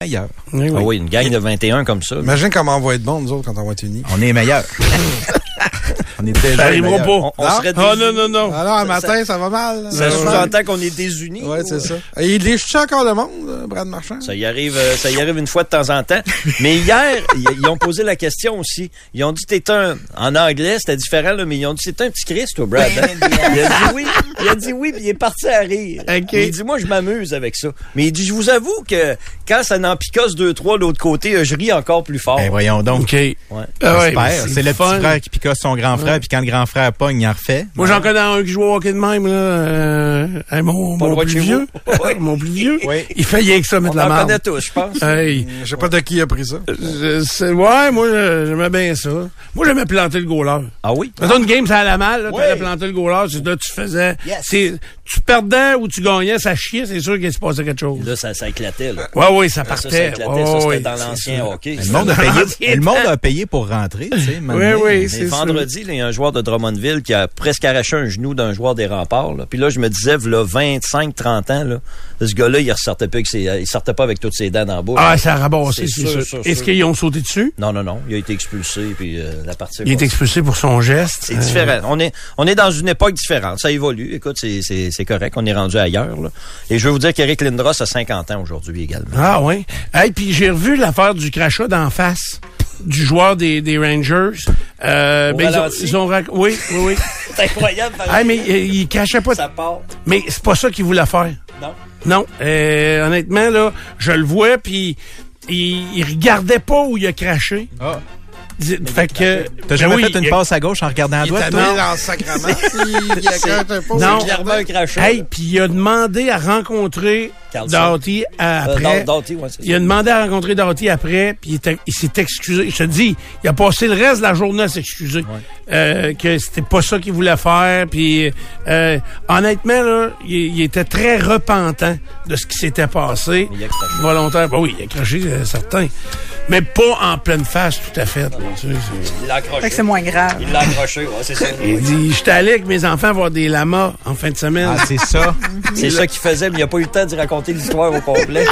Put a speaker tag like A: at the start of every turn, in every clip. A: Meilleur.
B: Oui, oui. Ah oui, une gang de 21 comme ça.
A: Imagine comment on va être bon, nous autres, quand on va être unis.
C: On est meilleur.
B: on est déjà
C: J'arriverai
B: meilleurs.
C: pas.
B: Ben, On, on serait
C: Ah
B: désunis.
C: non, non, non.
A: Alors, un
B: Ça-
A: matin, ça, va mal.
B: Ça
A: va mal.
B: sous-entend qu'on est désunis.
A: Ouais, c'est ça. Et il déchire encore le monde, euh, Brad Marchand.
B: Ça y arrive, euh, ça y arrive une fois de temps en temps. Mais hier, ils ils ont posé la question aussi. Ils ont dit t'es un en anglais, c'était différent là, mais ils ont dit c'est un petit Christ, toi, Brad. hein? Il a dit oui, il a dit oui, puis il est parti à rire.
C: Ok.
B: Il dit moi je m'amuse avec ça. Mais il dit je vous avoue que quand ça n'en picosse deux trois de l'autre côté, euh, je ris encore plus fort.
C: Ben voyons donc.
D: OK. Ah Ouais.
C: J'espère. c'est le
D: fun.
C: petit frère qui picosse son grand frère, puis quand le grand frère pogne, il en refait.
D: Moi, j'en connais un qui joue au hockey de même, là. Euh, hey, mon,
B: Pas le
D: mon
B: droit de
D: plus
B: chez
D: vieux.
B: vous. Oui.
D: mon plus vieux.
C: Oui.
D: Il fait rien que ça,
B: On
D: mettre de la
B: en connaît
D: marde.
B: tous, je pense.
C: Euh,
D: Hey.
A: Euh, Je sais pas de qui a pris ça.
D: Je- c'est- ouais, moi, euh, j'aimais bien ça. Moi, j'aimais planter le goaler.
B: Ah oui.
C: euh,
D: Mettons une game, ça allait mal, là,
B: Oui.
D: t'allais planter le goaler, c'est là, tu faisais,
B: Yes.
D: c'est, tu perdais ou tu gagnais, ça chiait, c'est sûr qu'il se passait quelque chose.
B: Là ça, ça éclatait. Là.
D: Ouais, ouais, ça
B: Ça, ça
D: partait.
B: éclatait.
D: Ouais,
B: ça c'était
D: ouais,
B: dans
D: Oh, c'est
B: l'ancien
D: sûr.
B: hockey.
C: Le monde a payé,
D: Ancien
C: le monde a payé pour rentrer, tu sais.
D: Oui,
C: maintenant.
D: oui,
B: Mais
D: c'est sûr.
B: vendredi, il y a un joueur de Drummondville qui a presque arraché un genou d'un joueur des remparts. là. Puis là, je me disais, v'là 25, 30 ans, là, ce gars-là, il ressortait pas avec ses, il sortait pas avec toutes ses dents dans la bouche.
D: Ah, ça a
B: C'est
D: rabassé, c'est
B: sûr,
D: sûr.
B: sûr,
D: Est-ce
B: sûr.
D: qu'ils ont sauté dessus?
B: Non, non, non. Il a été expulsé, puis euh, la partie.
D: Il est expulsé pour son geste.
B: c'est
D: Euh,
B: différent. On est, on est dans une époque différente. Ça évolue. Écoute, c'est, c'est, c'est correct. On est rendu ailleurs. Là. Et je veux vous dire qu'Éric Lindros a 50 ans aujourd'hui également.
D: Ah oui. Hey, puis j'ai revu l'affaire du crachat d'en face du joueur des, des Rangers. Euh,
B: Au
D: ben, ils ont,
B: ralenti.
D: ils ont rac- oui, oui, oui.
B: C'est incroyable.
D: hey, mais euh, il crachait pas.
B: ça part.
D: Mais c'est pas ça qu'il voulait faire.
B: Non.
D: Non. Euh, honnêtement, là, je le vois, puis il, il regardait pas où il a craché.
C: Ah.
D: Il- Fait que.
C: T'as
D: ben
C: jamais
D: oui,
C: fait une
D: il a-
C: passe à gauche en regardant à
A: Il
C: droite,
A: t'a mis
C: toi?
A: dans le sacrement. Il y a quelqu'un pas.
D: Non.
B: Clairement un crachat.
D: Hey, puis il a demandé à rencontrer
B: Carlson.
D: Doughty à-
B: Euh,
D: après.
B: Doughty, ouais, c'est ça.
D: Il a demandé à rencontrer Doughty après, puis il, était- il s'est excusé. Je te dis, il a passé le reste de la journée à s'excuser. Euh, que c'était pas ça qu'il voulait faire, puis euh, honnêtement, là, il, il était très repentant de ce qui s'était passé.
B: Il a craché.
D: Volontaire. Bah oui, il a craché, euh, certain. Mais pas en pleine face, tout à fait. là, tu sais, c'est-
B: Il l'a accroché.
E: Fait que c'est moins grave.
B: Il l'a accroché, ouais, c'est ça.
D: il dit, j'étais allé avec mes enfants voir des lamas en fin de semaine.
C: Ah, c'est ça.
B: C'est ça qu'il faisait, mais il n'a pas eu le temps d'y raconter l'histoire au complet.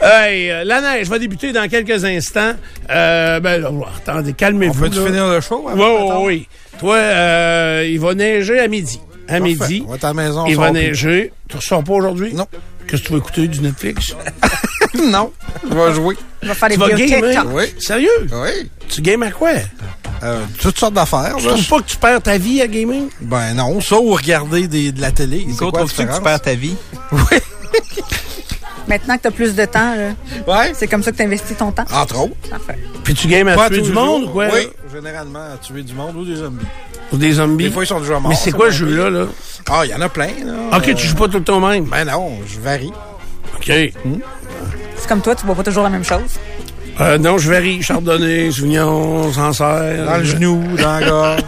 D: Hey, euh, la neige va débuter dans quelques instants. Euh, ben, là, attendez,
A: On
D: calmez-vous.
A: peut-tu
D: là.
A: finir le show?
D: Oui, oui, oui. Toi, euh, il va neiger à midi. À midi,
A: On va être à la maison. on
D: il va
A: sort plus.
D: neiger. Tu ressors pas aujourd'hui?
A: Non.
D: Qu'est-ce que tu vas écouter du Netflix?
A: Non. Je vais jouer.
E: Il va faire des
D: tu vas
E: vidéos
D: gamer?
E: TikTok.
A: Oui.
D: Sérieux?
A: Oui.
D: Tu games à quoi?
A: Euh, toutes sortes d'affaires.
D: Tu
A: là.
D: trouves pas que tu perds ta vie à gaming?
A: Ben non. Ça ou regarder des- de la télé. C'est
C: Nico,
A: quoi la
C: trouves-tu que tu perds ta vie?
E: Maintenant que t'as plus de temps, là,
A: différence? Ouais.
E: c'est comme ça que t'investis ton temps.
D: Ah.
A: Entre autres.
E: Parfait.
D: Puis tu games à
A: Pas
D: tuer
A: tous
D: du
A: les
D: monde ou
A: jours.
D: quoi?
A: Oui,
D: là?
A: généralement à tuer du monde ou des zombies.
D: Ou des zombies?
A: Des fois, ils sont déjà morts.
D: Mais c'est
A: ça
D: quoi
A: peut
D: ce
A: arriver.
D: jeu-là? Là?
A: Ah, il y en a plein, là.
D: OK, tu joues pas tout le temps au même.
A: Ben non, je varie.
D: OK.
A: Hmm?
E: C'est comme toi, tu bois pas toujours la même chose.
D: Euh, non, je varie. Chardonnay, Sauvignon, Sancerre.
A: Dans le genou, dans la gorge.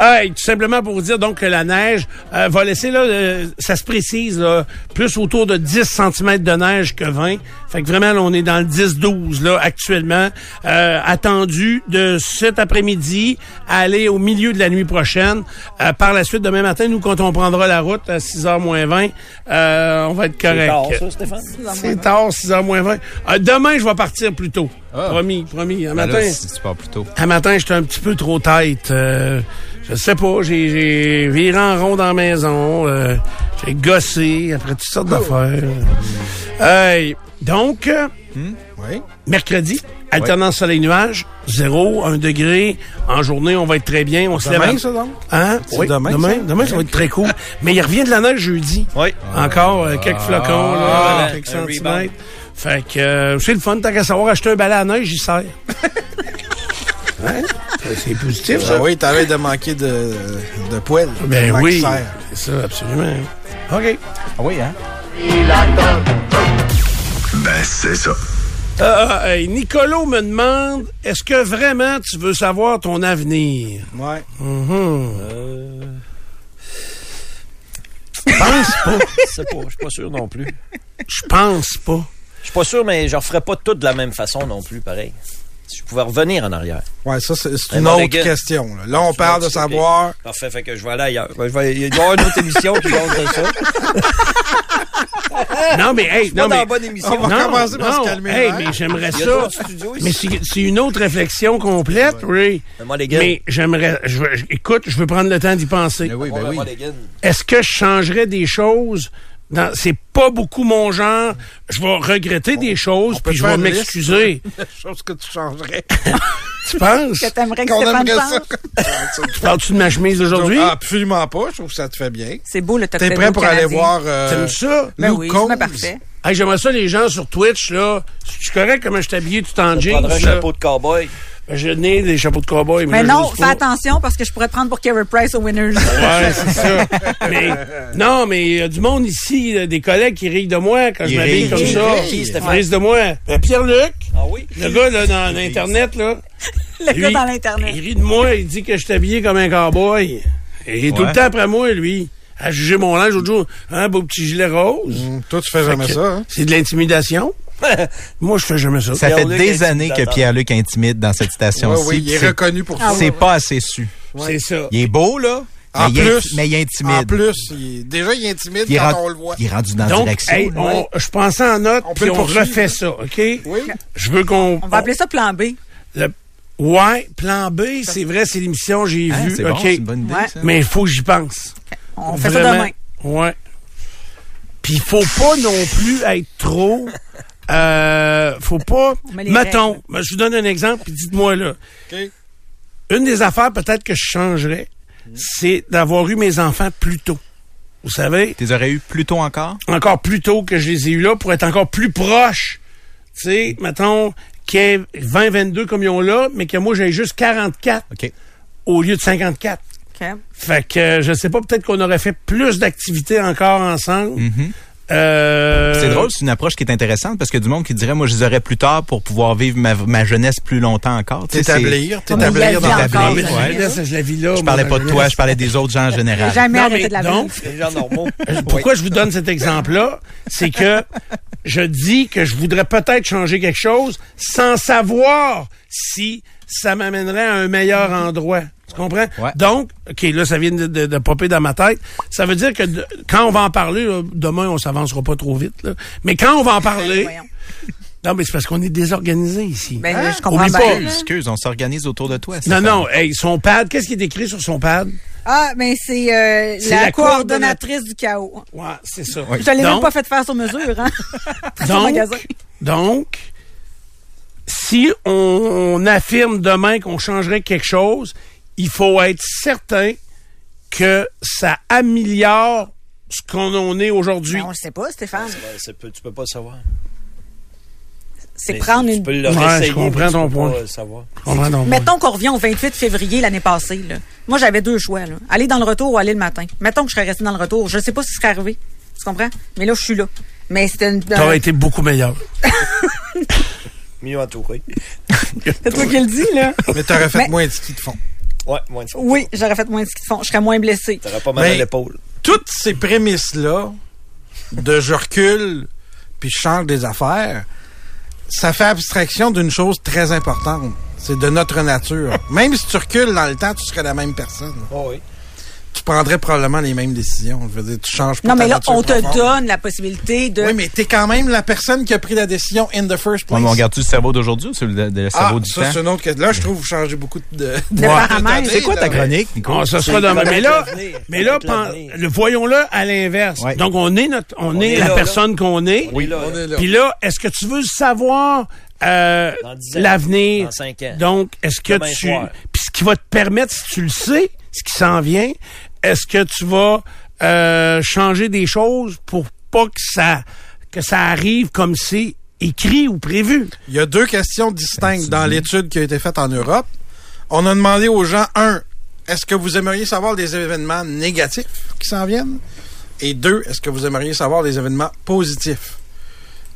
D: Hey, tout simplement pour vous dire donc que la neige euh, va laisser là, euh, ça se précise là, plus autour de 10 cm de neige que 20. Fait que vraiment là, on est dans le 10-12 là actuellement, Euh, attendu de cet après-midi à aller au milieu de la nuit prochaine. Euh, par la suite demain matin, nous quand on prendra la route à 6h moins 20, euh, on va être correct.
B: C'est tard, ça, Stéphane.
D: C'est tard, 6h moins 20. Euh, demain, je vais partir plus tôt.
C: Ah.
D: Promis, promis. Un
C: Ben
D: matin.
C: là, si tu pars plus tôt.
D: Un matin, j'étais un petit peu trop tête. Euh, je sais pas, j'ai, j'ai viré en rond dans la maison. euh, j'ai gossé après toutes sortes d'affaires.
C: Oh.
D: Hey, donc, euh,
C: Hmm?
A: Oui.
D: mercredi, alternance soleil-nuage, 0, 1 degré. En journée, on va être très bien. On se
A: Demain,
D: lève.
A: ça, donc?
D: Hein?
A: C'est
D: Oui,
A: demain,
D: demain,
A: ça?
D: demain, ça va être très cool. Mais il revient de la neige jeudi.
B: Oui.
D: Encore euh, quelques flocons, là,
B: Ah,
D: quelques
B: un rebound.
D: centimètres. Fait que euh, c'est le fun, tant qu'à savoir acheter un balai à neige, j'y sers. Hein? C'est positif, ça.
A: Ah oui, t'arrêtes de manquer de, de poils.
D: Ben
A: Manque de
D: oui,
A: serre.
D: c'est ça, absolument. Euh, OK. Ben
C: Ah oui, hein?
F: Ben, c'est ça.
D: Euh, hey, Nicolo me demande est-ce que vraiment tu veux savoir ton avenir Mhm.
A: Ouais. Euh.
B: Je sais pas, je suis pas sûr non plus.
D: Je pense pas.
B: Je suis pas sûr, mais je referais pas tout de la même façon non plus, pareil. Si je pouvais revenir en arrière.
A: Ouais, ça, c'est c'est
B: Mais
A: une
B: Ben bon,
A: autre
B: les gars,
A: question. Là, Là, on
B: Tu
A: parle
B: m'as
A: de
B: expliqué.
A: savoir.
B: Parfait, fait que je vais aller ailleurs. Ben, Je vais- il va y avoir une autre émission qui lance de ça.
D: Non, mais, hey,
B: pas
D: non,
B: dans la
D: mais.
B: bonne émission.
A: On va commencer par se
D: non,
A: calmer,
D: Hey,
A: hein?
D: mais j'aimerais
B: Il y a
D: ça.
B: d'autres studios
D: Mais
B: ici.
D: c'est c'est une autre réflexion complète, oui.
B: Mais moi, les gars-
D: Mais j'aimerais. je veux- je- Écoute, je veux prendre le temps d'y penser.
C: Ben oui,
B: Bon,
C: ben oui.
B: moi, les gars,
D: Est-ce que je changerais des choses? dans- C'est pas beaucoup mon genre. Je vais regretter des choses,
A: peut
D: puis je
A: faire une
D: vais
A: liste.
D: m'excuser.
A: Chose que tu changerais.
D: tu penses?
E: Que t'aimerais que
A: Qu'on
E: Stéphane
A: aimerait
E: change?
A: ça.
D: Tu parles-tu de ma chemise aujourd'hui?
A: Ah, absolument pas. Je trouve que ça te fait bien.
E: C'est beau le
A: T'es
E: torpedo
A: prêt pour aller
E: canadien.
A: voir. euh,
D: T'aimes ça?
E: Ben
A: Lou
E: oui,
A: Combs?
E: c'est parfait.
D: Hey, J'aimerais ça, les gens sur Twitch, là. Je suis correct comment je t'habillais tout en
B: je
D: jeans.
B: prendrais un
D: là.
B: chapeau de cowboy.
D: Ben, Je n'ai des chapeaux de cowboy.
E: Mais
D: là,
E: non,
D: j'ose
E: fais
D: pas.
E: attention parce que je pourrais te prendre pour Carey Price au Winners.
D: Ouais, c'est ça. Mais, non, mais il y a du monde ici, là, des collègues qui rient de moi quand je
C: Ils
D: m'habille
C: rient.
D: comme
C: Ils
D: ça.
B: rient. Qui,
D: Ils
B: Stéphane?
D: rient de moi. Ben, Pierre-Luc,
B: Ah oui?
D: le gars là, dans l'Internet, là,
E: le
D: lui,
E: gars dans
D: il
E: l'Internet.
D: rit de moi, il dit que je suis habillé comme un cowboy. Et il est tout le
C: Ouais.
D: temps après moi, lui. À juger mon linge, l'autre jour, un beau petit gilet rose.
A: Hum, Toi, tu fais jamais
D: que-
A: ça. hein?
D: C'est de l'intimidation. moi, je fais jamais ça.
C: Ça fait
B: Pierre-Luc
C: des années que
B: intimidateur.
C: Pierre-Luc intimide dans cette
A: Oui,
C: station-ci.
A: oui, il
C: puis
A: est
C: c'est-
A: reconnu pour
E: Ah
A: ça.
E: oui.
C: C'est pas assez su.
D: C'est ça.
C: Il est beau, là.
A: En
C: Ah. mais il est-
A: plus.
C: mais il est intimide.
A: En plus, il est- déjà, il est intimide
C: Il est,
A: quand
C: ren-
A: on le voit.
C: il est rendu dans la
D: Donc,
C: direction.
D: hey, on- je pense en note,
A: On peut
D: puis
A: le
D: on
A: poursuivre.
D: refait ça, OK?
A: Oui.
D: Je veux qu'on...
E: On va appeler ça plan B.
D: Le- Ouais, plan B, c'est vrai, c'est l'émission, j'ai
C: Hein,
D: vu.
C: c'est bon,
D: OK.
C: c'est une bonne idée,
E: Ouais.
C: ça.
D: Mais il faut que j'y pense.
E: On fait ça
D: Vraiment.
E: demain.
D: Ouais. Puis il faut pas non plus être trop. Euh, faut pas.
E: On met les
D: Mettons,
E: règles.
D: ben, je vous donne un exemple, puis dites-moi là.
A: OK.
D: Une des affaires peut-être que je changerais, c'est d'avoir eu mes enfants plus tôt. Vous savez,
C: Tu les aurais eu plus tôt encore?
D: encore plus tôt que je les ai eus là pour être encore plus proche. Tu sais, mettons, qu'il y ait 20, 22 comme ils ont là, mais que moi j'ai juste 44
C: OK.
D: au lieu de 54.
E: OK.
D: Fait que euh, je sais pas, peut-être qu'on aurait fait plus d'activités encore ensemble. Euh,
C: Mm-hmm. C'est drôle, c'est une approche qui est intéressante parce que du monde qui dirait, moi, je les aurais plus tard pour pouvoir vivre ma, ma jeunesse plus longtemps encore. Tu sais, c'est-
A: T'établir,
E: Comme il y a
A: t'établir dans
E: dit
A: ta
E: encore,
C: vie.
D: Mais
E: ça,
C: Ouais.
D: je la- ça, je la vis là,
C: Je
D: moi,
C: parlais
D: ma
C: pas de toi,
D: jeunesse.
C: je parlais des autres gens en général.
E: Jamais
D: Non,
E: arrêté
D: mais
E: de la
D: donc,
E: vivre.
B: Les gens normaux.
D: Pourquoi je vous donne cet exemple-là? C'est que je dis que je voudrais peut-être changer quelque chose sans savoir si ça m'amènerait à un meilleur endroit. Tu comprends?
C: Ouais.
D: Donc, OK, là, ça vient de, de, de popper dans ma tête. Ça veut dire que de- quand on va en parler, là, demain, on s'avancera pas trop vite, là. mais quand on va en parler...
E: Ben, Voyons.
D: Non, mais c'est parce qu'on est désorganisé ici.
E: Ben, je comprends
D: Ah. Oublie
E: bien.
D: pas.
E: là.
C: Excuse, on s'organise autour de toi.
D: Non,
C: Stéphane.
D: non, hey, son pad, qu'est-ce qui est écrit sur son pad?
E: Ah, mais c'est euh,
D: C'est
E: la,
D: la
E: coordonnatrice du chaos.
D: Ouais, c'est ça.
E: Je l'ai même
D: Donc-
E: pas fait faire sur mesure, hein? Sur le
D: Donc,
E: magasin.
D: donc, si on, on affirme demain qu'on changerait quelque chose, il faut être certain que ça améliore ce qu'on en est aujourd'hui.
E: Ben, on le sait pas, Stéphane.
B: Ben, ça peut- tu peux pas savoir.
E: C'est
B: Mais
E: prendre
B: tu
E: une.
B: peux le
D: Ouais,
B: réessayer,
D: je comprends
B: mais tu
D: ton
B: peux
D: point.
B: pas, euh, savoir.
D: Comprends donc?
E: Mettons qu'on revient au 28 février l'année passée. Là. Moi, j'avais deux choix. Là. Aller dans le retour ou aller le matin. Mettons que je serais resté dans le retour. Je sais pas ce qui serait arrivé. Tu comprends? Mais là, je suis là. Mais c'était une. euh,
D: T'aurais été beaucoup meilleur.
B: Mieux entouré.
E: C'est toi qui le dis, là.
A: Mais t'aurais fait
E: Mais-
A: moins de ski de fond.
B: Ouais, moins de ça.
E: Oui, Ben, j'aurais fait moins de ski de fond. Je serais moins blessée.
B: T'aurais pas mal à
A: Mais-
B: l'épaule.
A: Toutes ces prémices-là de je recule puis je change des affaires, ça fait abstraction d'une chose très importante. C'est de notre nature. Même si tu recules dans le temps, tu serais la même personne.
B: Oh, oui.
A: Tu prendrais probablement les mêmes décisions. Je veux dire, tu changes pas
E: Non,
A: ta
E: mais là,
A: nature
E: on te
A: profonde.
E: donne la possibilité de.
A: Oui, mais t'es quand même la personne qui a pris la décision in the first
C: Ouais,
A: place.
C: mais on regarde-tu le cerveau d'aujourd'hui ou celui de, de- le
A: ah,
C: cerveau du
A: ça, c'est
C: temps?
A: une autre question. Là, je trouve que vous changez beaucoup de... de-
E: paramètres.
C: C'est quoi ta
A: là, ouais.
C: chronique, Nico?
D: Ah, ça sera demain.
B: avec
D: Mais là,
B: l'avenir,
D: mais là,
B: avec l'avenir.
D: pen- le- voyons-le à l'inverse.
C: Ouais.
D: Donc, on est notre, on, est,
B: est
D: la
B: là,
D: personne qu'on est.
B: Oui, là,
A: On est là.
D: Puis là, est-ce que tu veux savoir euh,
B: Dans dix ans,
D: l'avenir?
B: dans cinq ans.
D: Donc, est-ce que
B: Demain
D: tu...
B: soir.
D: Puis ce qui va te permettre, si tu le sais, ce qui s'en vient, est-ce que tu vas euh, changer des choses pour pas que ça, que ça arrive comme c'est écrit ou prévu?
A: Il y a deux questions distinctes dans l'étude qui a été faite en Europe. On a demandé aux gens, un, est-ce que vous aimeriez savoir des événements négatifs qui s'en viennent? Et deux, est-ce que vous aimeriez savoir des événements positifs?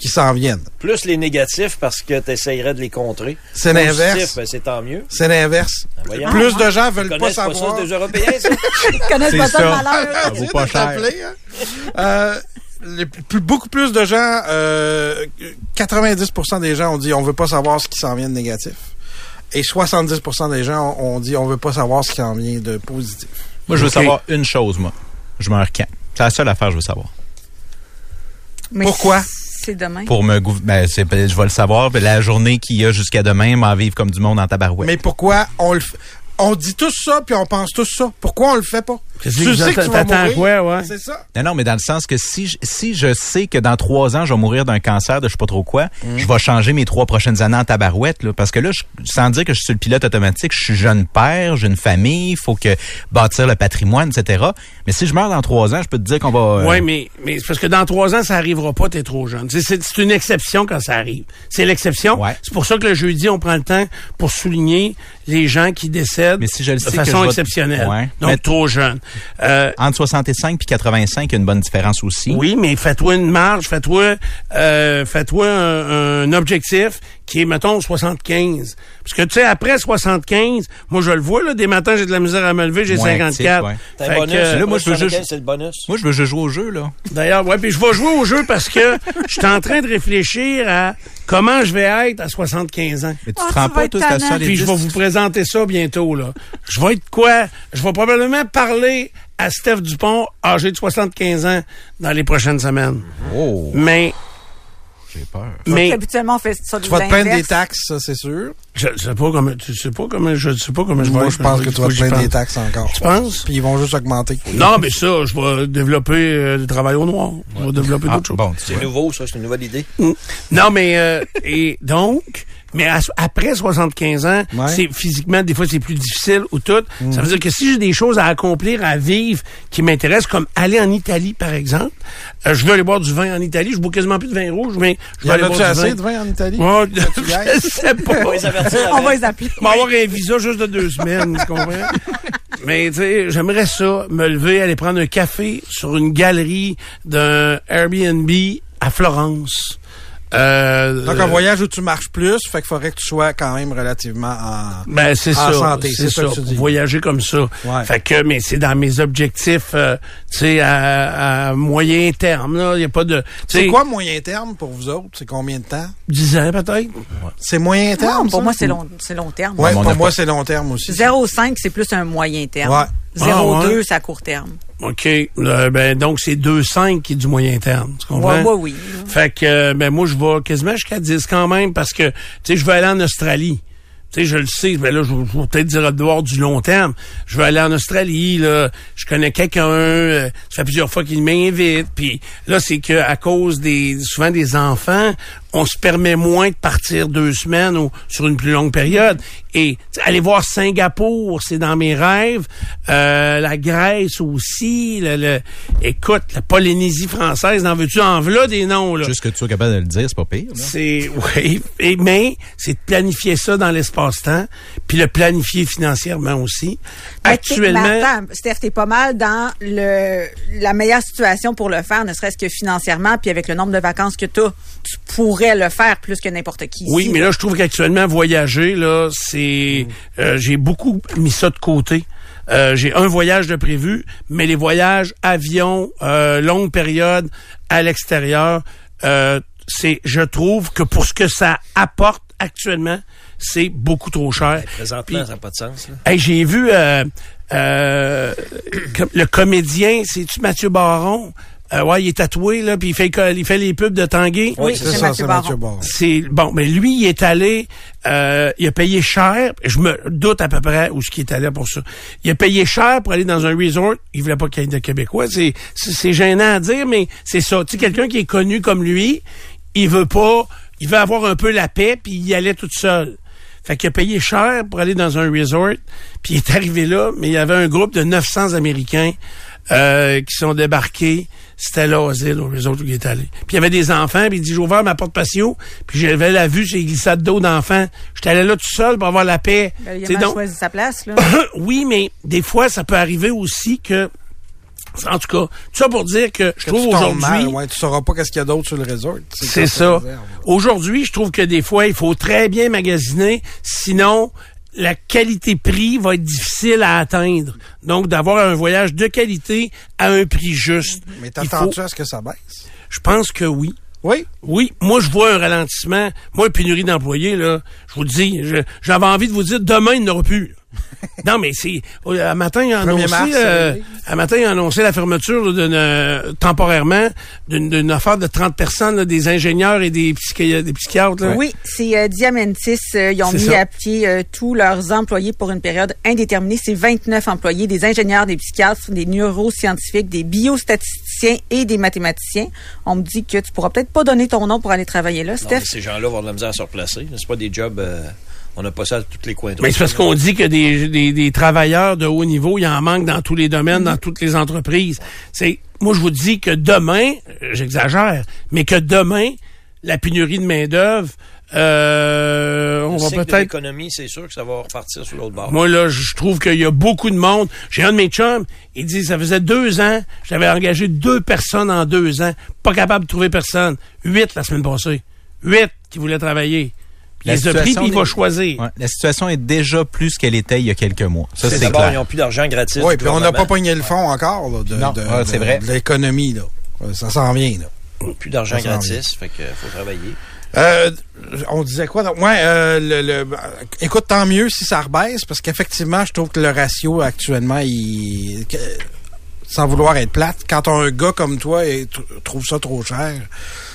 A: qui s'en viennent.
B: Plus les négatifs parce que tu essayerais de les contrer.
A: C'est
B: Positif,
A: l'inverse.
B: ben, C'est tant mieux.
A: C'est l'inverse.
B: Ben, voyons. Ah,
A: Plus de gens
B: Ils
A: veulent pas
B: connaissent pas,
A: savoir.
B: ça, c'est des Européens, ça.
E: Ils connaissent
C: C'est
E: pas ça,
C: ça.
E: le malheur.
C: vaut pas cher.
A: Euh, les plus- beaucoup plus de gens, euh, 90% des gens ont dit on veut pas savoir ce qui s'en vient de négatif. Et 70% des gens ont, ont dit on veut pas savoir ce qui en vient de positif.
C: Moi, je veux
D: Ok.
C: savoir une chose, moi. Je meurs quand? C'est la seule affaire que je veux savoir.
E: Mais
A: Pourquoi?
E: C'est demain.
C: Pour me gouv- ben, c'est- ben, je vais le savoir. ben, la journée qu'il y a jusqu'à demain, m'en vivre comme du monde en tabarouette.
A: Mais pourquoi on le f- on dit tous ça puis on pense tous ça. Pourquoi on le fait pas
D: Qu'est-ce que vous t'attends à quoi, ouais?
A: C'est ça.
C: Non, non, mais dans le sens que si je, si je sais que dans trois ans, je vais mourir d'un cancer de je sais pas trop quoi,
D: Mm.
C: je vais changer mes trois prochaines années en tabarouette, là, parce que là, je, sans dire que je suis le pilote automatique, je suis jeune père, j'ai une famille, il faut que bâtir le patrimoine, etc. Mais si je meurs dans trois ans, je peux te dire qu'on va... euh,
D: Oui, mais, mais c'est parce que dans trois ans, ça arrivera pas, t'es trop jeune. C'est- C'est c'est une exception quand ça arrive. C'est l'exception.
C: Ouais.
D: C'est pour ça que le jeudi, on prend le temps pour souligner les gens qui décèdent
C: Mais si je le sais
D: de
C: que
D: façon
C: je vais-
D: exceptionnelle.
C: Ouais.
D: Donc,
C: Mais-
D: trop jeune. Euh,
C: Entre 65 puis 85, il y a une bonne différence aussi.
D: oui, mais fais-toi une marge, fais-toi euh, fais-toi un, un objectif qui est, mettons, 75. Parce que, tu sais, après 75, moi, je le vois, là, des matins, j'ai de la misère à me lever, j'ai
C: Moins actif,
D: 54.
C: ouais.
B: T'as
D: Fait
B: un bonus.
D: que-
C: là, moi, je veux juste-
B: C'est le bonus.
C: Moi, je veux juste jouer au jeu, là.
D: D'ailleurs, ouais, puis je vais jouer au jeu parce que je suis en train de réfléchir à comment je vais être à 75 ans.
C: Mais tu
E: Ah,
C: te
E: tu
C: rends
E: vas
C: pas,
E: être
C: toi, c'est la
E: tannant.
C: seule
D: Puis je vais
C: élitiste.
D: vous présenter ça bientôt, là. Je vais être quoi? Je vais probablement parler à Steph Dupont, âgé de 75 ans, dans les prochaines semaines.
C: Oh,
D: Mais,
C: j'ai peur.
D: mais,
E: Habituellement, on fait ça
A: Tu vas te plaindre des taxes, ça c'est sûr.
D: je sais pas comment, tu sais pas comment, je sais pas comment je vais
A: Moi,
D: être,
A: je pense que tu vas
D: faut
A: te
D: j'y
A: plaindre des
D: pense.
A: taxes encore.
D: Tu penses?
A: Puis ils vont juste augmenter.
D: Non, mais ça, je vais développer euh, du travail au noir. Je vais développer
C: Ah,
D: d'autres choses.
C: bon, tu
B: C'est
C: vois.
B: nouveau, ça. C'est une nouvelle idée.
D: Non, mais euh, et donc, mais à- après 75 ans,
A: Ouais. Mm.
D: c'est physiquement des fois c'est plus difficile ou tout. Ça veut dire que si j'ai des choses à accomplir, à vivre qui m'intéressent, comme aller en Italie par exemple, euh, je veux aller boire du vin en Italie. Je bois quasiment plus de vin rouge, mais je
A: Y
D: veux
A: en
D: aller
A: a-tu
D: boire
A: assez
D: du
A: de
D: vin.
A: vin en Italie?
D: Ouais,
A: y ailles?
D: je sais pas.
B: On va les avertir
E: On va
B: avec.
E: les appeler.
D: Je vais avoir un visa juste de deux semaines, tu comprends? Mais tu sais, j'aimerais ça, me lever, aller prendre un café sur une galerie d'un Airbnb à Florence. Euh,
A: Donc,
D: euh,
A: un voyage où tu marches plus, fait qu'il faudrait que tu sois quand même relativement en...
D: Ben, c'est
A: En
D: ça.
A: santé,
D: c'est
A: c'est ça
D: ça.
A: que tu
D: pour
A: dis.
D: voyager comme ça.
A: Ouais.
D: Fait que, mais c'est dans mes objectifs, euh, tu sais, à, à moyen terme, là. Il n'y a pas de. tu sais,
A: C'est quoi moyen terme pour vous autres? C'est combien de temps?
D: 10 ans, peut-être.
A: C'est moyen terme?
E: Non, pour
A: ça?
E: moi, c'est long, c'est long terme.
A: Ouais,
C: Non, mais on
A: pour
C: n'a
A: moi,
C: pas-
A: c'est long terme aussi.
E: 0,5, c'est plus un moyen terme.
A: Ouais.
E: 0,2,
D: Ah, ouais.
E: c'est à court terme.
D: OK. Euh, ben, donc, c'est 2,5 qui est du moyen terme. Tu comprends?
E: Ouais, ouais, oui.
D: Fait que, euh, ben, moi, je vais quasiment jusqu'à 10 quand même parce que, tu sais, je vais aller en Australie. Tu sais, je le sais, ben là, je vais je vais peut-être dire à devoir du long terme. Je vais aller en Australie, là, je connais quelqu'un, euh, ça fait plusieurs fois qu'il m'invite. Puis là, c'est que à cause des souvent des enfants, on se permet moins de partir deux semaines ou sur une plus longue période. Et tu sais, aller voir Singapour, c'est dans mes rêves. Euh, la Grèce aussi. Le, le- écoute, la Polynésie française, en veux-tu en v'là des noms là
C: Juste que tu sois capable de le dire, c'est pas pire. là.
D: c'est oui, et, mais c'est de planifier ça dans l'espace-temps, puis le planifier financièrement aussi.
E: Mais
D: Actuellement,
E: attends, Steph, t'es pas mal dans le, la meilleure situation pour le faire, ne serait-ce que financièrement, puis avec le nombre de vacances que t'as, tu pourrais le faire plus que n'importe qui.
D: oui,
E: ici,
D: mais là je trouve qu'actuellement voyager là, c'est euh, j'ai beaucoup mis ça de côté. Euh, j'ai un voyage de prévu, mais les voyages avion, euh, longue période à l'extérieur, euh, c'est je trouve que pour ce que ça apporte actuellement, c'est beaucoup trop cher.
B: Présentement, ça n'a pas de sens. là.
D: Hey, j'ai vu euh, euh, com- le comédien, c'est-tu Mathieu Baron? Euh, ouais, il est tatoué, là, puis il fait, co- il fait les pubs de Tanguay.
B: Oui,
E: c'est
A: C'est
E: Chez
A: ça,
E: Mathieu
A: c'est Mathieu
E: Baron.
A: Baron.
D: C'est bon, mais lui, il est allé, euh, il a payé cher. Je me doute à peu près où ce qu'il est allé pour ça. Il a payé cher pour aller dans un resort. Il voulait pas qu'il y ait de Québécois. C'est c'est c'est gênant à dire, mais c'est ça. Tu sais, quelqu'un qui est connu comme lui, il veut pas, il veut avoir un peu la paix, puis il y allait tout seul. Fait qu'il a payé cher pour aller dans un resort, puis il est arrivé là, mais il y avait un groupe de 900 Américains euh, qui sont débarqués. C'était là, aux îles, au resort où il est allé. Puis il y avait des enfants, puis il dit, j'ai ouvert ma porte patio, puis j'avais la vue sur les glissades d'eau d'enfants. J'étais allé là tout seul pour avoir la paix.
E: Ben, il a
D: C'est
E: mal
D: donc,
E: choisi sa place, là.
D: oui, mais des fois, ça peut arriver aussi que En tout cas, tout ça pour dire que je
A: Que
D: trouve
A: tu tombes mal,
D: aujourd'hui,
A: ouais, tu sauras pas qu'est-ce qu'il y a d'autre sur le réseau. Tu sais
D: c'est
A: quand
D: ça.
A: réserve.
D: Aujourd'hui, je trouve que des fois, il faut très bien magasiner, sinon la qualité-prix va être difficile à atteindre. Donc, d'avoir un voyage de qualité à un prix juste.
A: Mais
D: Il
A: t'attends-tu
D: faut-
A: à ce que ça baisse?
D: Je pense que oui.
A: Oui.
D: Oui, moi je vois un ralentissement. Moi, pénurie d'employés, là, je vous le dis, je- j'avais envie de vous dire demain, il n'y en aura plus. non, mais c'est. euh, À matin, il a
A: Premier
D: annoncé.
A: mars,
D: euh,
A: oui.
D: à matin, il a annoncé la fermeture d'une euh, temporairement d'une d'une affaire de 30 personnes, là, des ingénieurs et des, psychi- des psychiatres. là.
E: Oui, c'est euh, Diamantis. euh, ils ont
D: C'est
E: mis
D: ça.
E: à pied euh, tous leurs employés pour une période indéterminée. C'est 29 employés, des ingénieurs, des psychiatres, des neuroscientifiques, des biostatisticiens et des mathématiciens. On me dit que tu pourras peut-être pas donner ton nom pour aller travailler là,
B: Non,
E: Steph.
B: mais ces gens-là vont avoir de la misère à se replacer. C'est pas des jobs. euh, on n'a pas ça à tous les coins de
D: Mais
B: rue.
D: c'est parce qu'on dit que des, des, des travailleurs de haut niveau, il en manque dans tous les domaines, dans toutes les entreprises. C'est moi je vous dis que demain, euh, j'exagère, mais que demain, la pénurie de main d'œuvre, euh, on
B: Le cycle
D: va
B: de
D: peut-être
B: L'économie, c'est sûr que ça va repartir sur l'autre bord.
D: moi, là, je trouve qu'il y a beaucoup de monde. J'ai un de mes chums, il dit, ça faisait deux ans, j'avais engagé deux personnes en deux ans, pas capable de trouver personne. Huit la semaine passée. Huit qui voulaient travailler. Puis
C: La
D: il les a pris,
C: situation
D: puis il va
C: est-
D: choisir.
C: Ouais, la situation est déjà plus qu'elle était il y a quelques mois. Ça, c'est
B: D'abord, ils
C: clair.
B: n'ont plus d'argent gratuit.
A: Oui,
B: du
A: puis on n'a pas
B: gouvernement.
A: pogné le fond encore là, de,
C: Non,
A: de-
C: ah, c'est
A: de-
C: vrai.
A: de l'économie. là. Euh, Ça s'en vient. Là.
B: Plus d'argent
A: Ça s'en
B: gratis, fait que faut travailler.
A: Euh, on disait quoi? Donc, ouais, euh, le, le- bah, écoute, tant mieux si ça rebaisse, parce qu'effectivement, je trouve que le ratio actuellement, il, que- sans vouloir être plate, quand un gars comme toi et tr- trouve ça trop cher,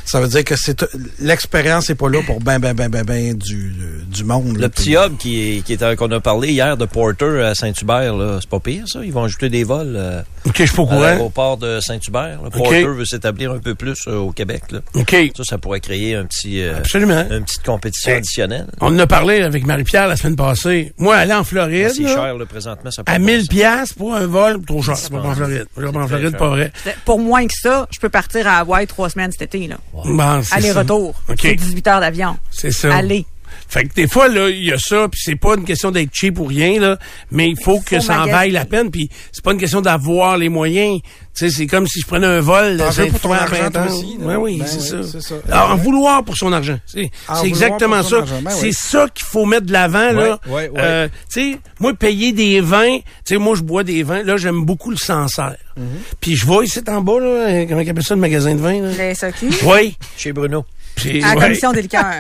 A: ça veut dire que c'est t- l'expérience est pas là pour ben, ben, ben, ben, ben du, du monde. là,
B: Le petit
A: puis-
B: hub qui est, qui est- qu'on a parlé hier de Porter à Saint-Hubert, là, c'est pas pire, ça. Ils vont ajouter des vols euh,
D: OK, je suis pas
B: à
D: au
C: oh.
D: courant.
B: l'aéroport de Saint-Hubert. là. Porter veut s'établir un peu plus euh, au Québec. Là.
D: OK.
B: Ça, ça pourrait créer un petit, euh,
D: Absolument.
B: une petite compétition
D: Ben,
B: additionnelle.
D: On en a parlé avec Marie-Pierre la semaine passée. Moi, aller en Floride,
B: C'est
D: Eh, là,
B: cher, là, présentement. Ça
D: à
B: peut
D: 1000
B: passer.
D: piastres pour un vol, trop cher. Je vais pas en Floride. Je vais pas en Floride,
B: cher.
D: pas vrai.
E: Ben, Pour moins que ça, je peux partir à Hawaï trois semaines cet été. là.
D: Bon, c'est ça.
E: Aller-retour.
D: OK.
E: C'est 18 heures d'avion.
D: C'est ça.
E: Aller.
D: Fait que des fois, là, il y a ça, puis c'est pas une question d'être cheap ou rien, là, mais il faut que
E: faut
D: ça en
E: magasiner.
D: vaille la peine, puis c'est pas une question d'avoir les moyens. Tu sais, c'est comme si je prenais un vol de
A: T'en veux pour ton
D: Sainte-Foy à
A: argent, toi
D: Printemps.
A: aussi, là.
D: Ben oui,
A: Ben
D: c'est
A: oui,
D: ça.
A: c'est ça.
D: Alors, en vouloir pour son argent. C'est
A: En
D: c'est
A: vouloir
D: exactement
A: pour
D: ça.
A: son argent, ben
D: c'est
A: oui.
D: ça qu'il faut mettre de l'avant, là.
C: Ouais, ouais, ouais.
D: Euh, tu sais, moi, payer des vins, tu sais, moi, je bois des vins, là, j'aime beaucoup le Sancerre.
A: Mm-hmm.
D: Puis je vais ici en bas, là, euh, comment on appelle ça, le magasin de vin, là?
E: Le SAQ.
D: Oui.
B: Chez Bruno.
D: Puis-
E: À la
D: ouais.
E: commission des liqueurs.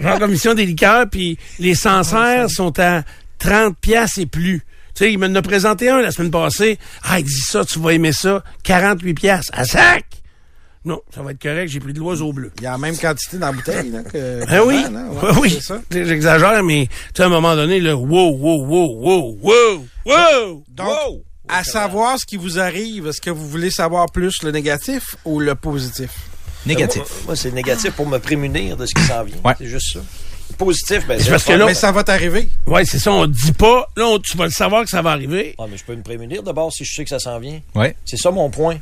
D: La commission des liqueurs, puis les Sancerres sont à 30 pièces et plus. Tu sais, il m'en a présenté un la semaine passée. Ah, il dit ça, tu vas aimer ça. 48 pièces. À sac! Non, ça va être correct, j'ai pris de l'oiseau bleu.
A: Il y a la même quantité dans la bouteille. Là, que,
D: Ben oui,
A: qu'avant, là.
D: ben
A: Ah, Ouais,
D: oui.
A: c'est ça.
D: Tu sais, J'exagère, mais tu sais, à un moment donné, là, wow, wow, wow, wow, wow, wow,
A: Donc,
D: wow.
A: à savoir ce qui vous arrive, est-ce que vous voulez savoir plus le négatif ou le positif?
C: Négatif.
B: Moi, Moi, c'est négatif pour me prémunir de ce qui s'en vient.
C: Ouais.
B: C'est juste ça. Positif, ben,
D: C'est parce
B: le
D: que
B: fun.
D: là-
A: Mais ça va t'arriver.
D: Ouais, c'est ça, on dit pas. Là, on- tu vas le savoir que ça va arriver.
B: Ah, mais je peux me prémunir d'abord si je sais que ça s'en vient.
C: Ouais.
B: C'est ça mon point.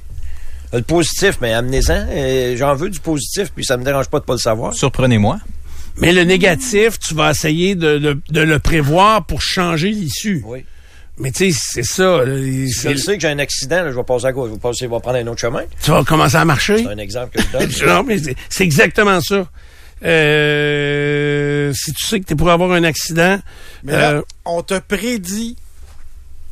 B: Euh, Le positif, mais amenez-en. Euh, J'en veux du positif, puis ça me dérange pas de pas le savoir.
C: Surprenez-moi.
D: Mais le négatif, tu vas essayer de, de, de le prévoir pour changer l'issue.
B: Oui.
D: Mais tu sais, c'est ça. là,
B: Je
D: c'est-
B: le sais que j'ai un accident, là, je vais passer à gauche, je vais, passer, je vais prendre un autre chemin.
D: Tu vas commencer à marcher.
B: C'est un exemple que je donne.
D: Non, mais c'est- c'est exactement ça. Euh, si tu sais que t'es pour avoir un accident,
A: Mais là,
D: euh,
A: on te prédit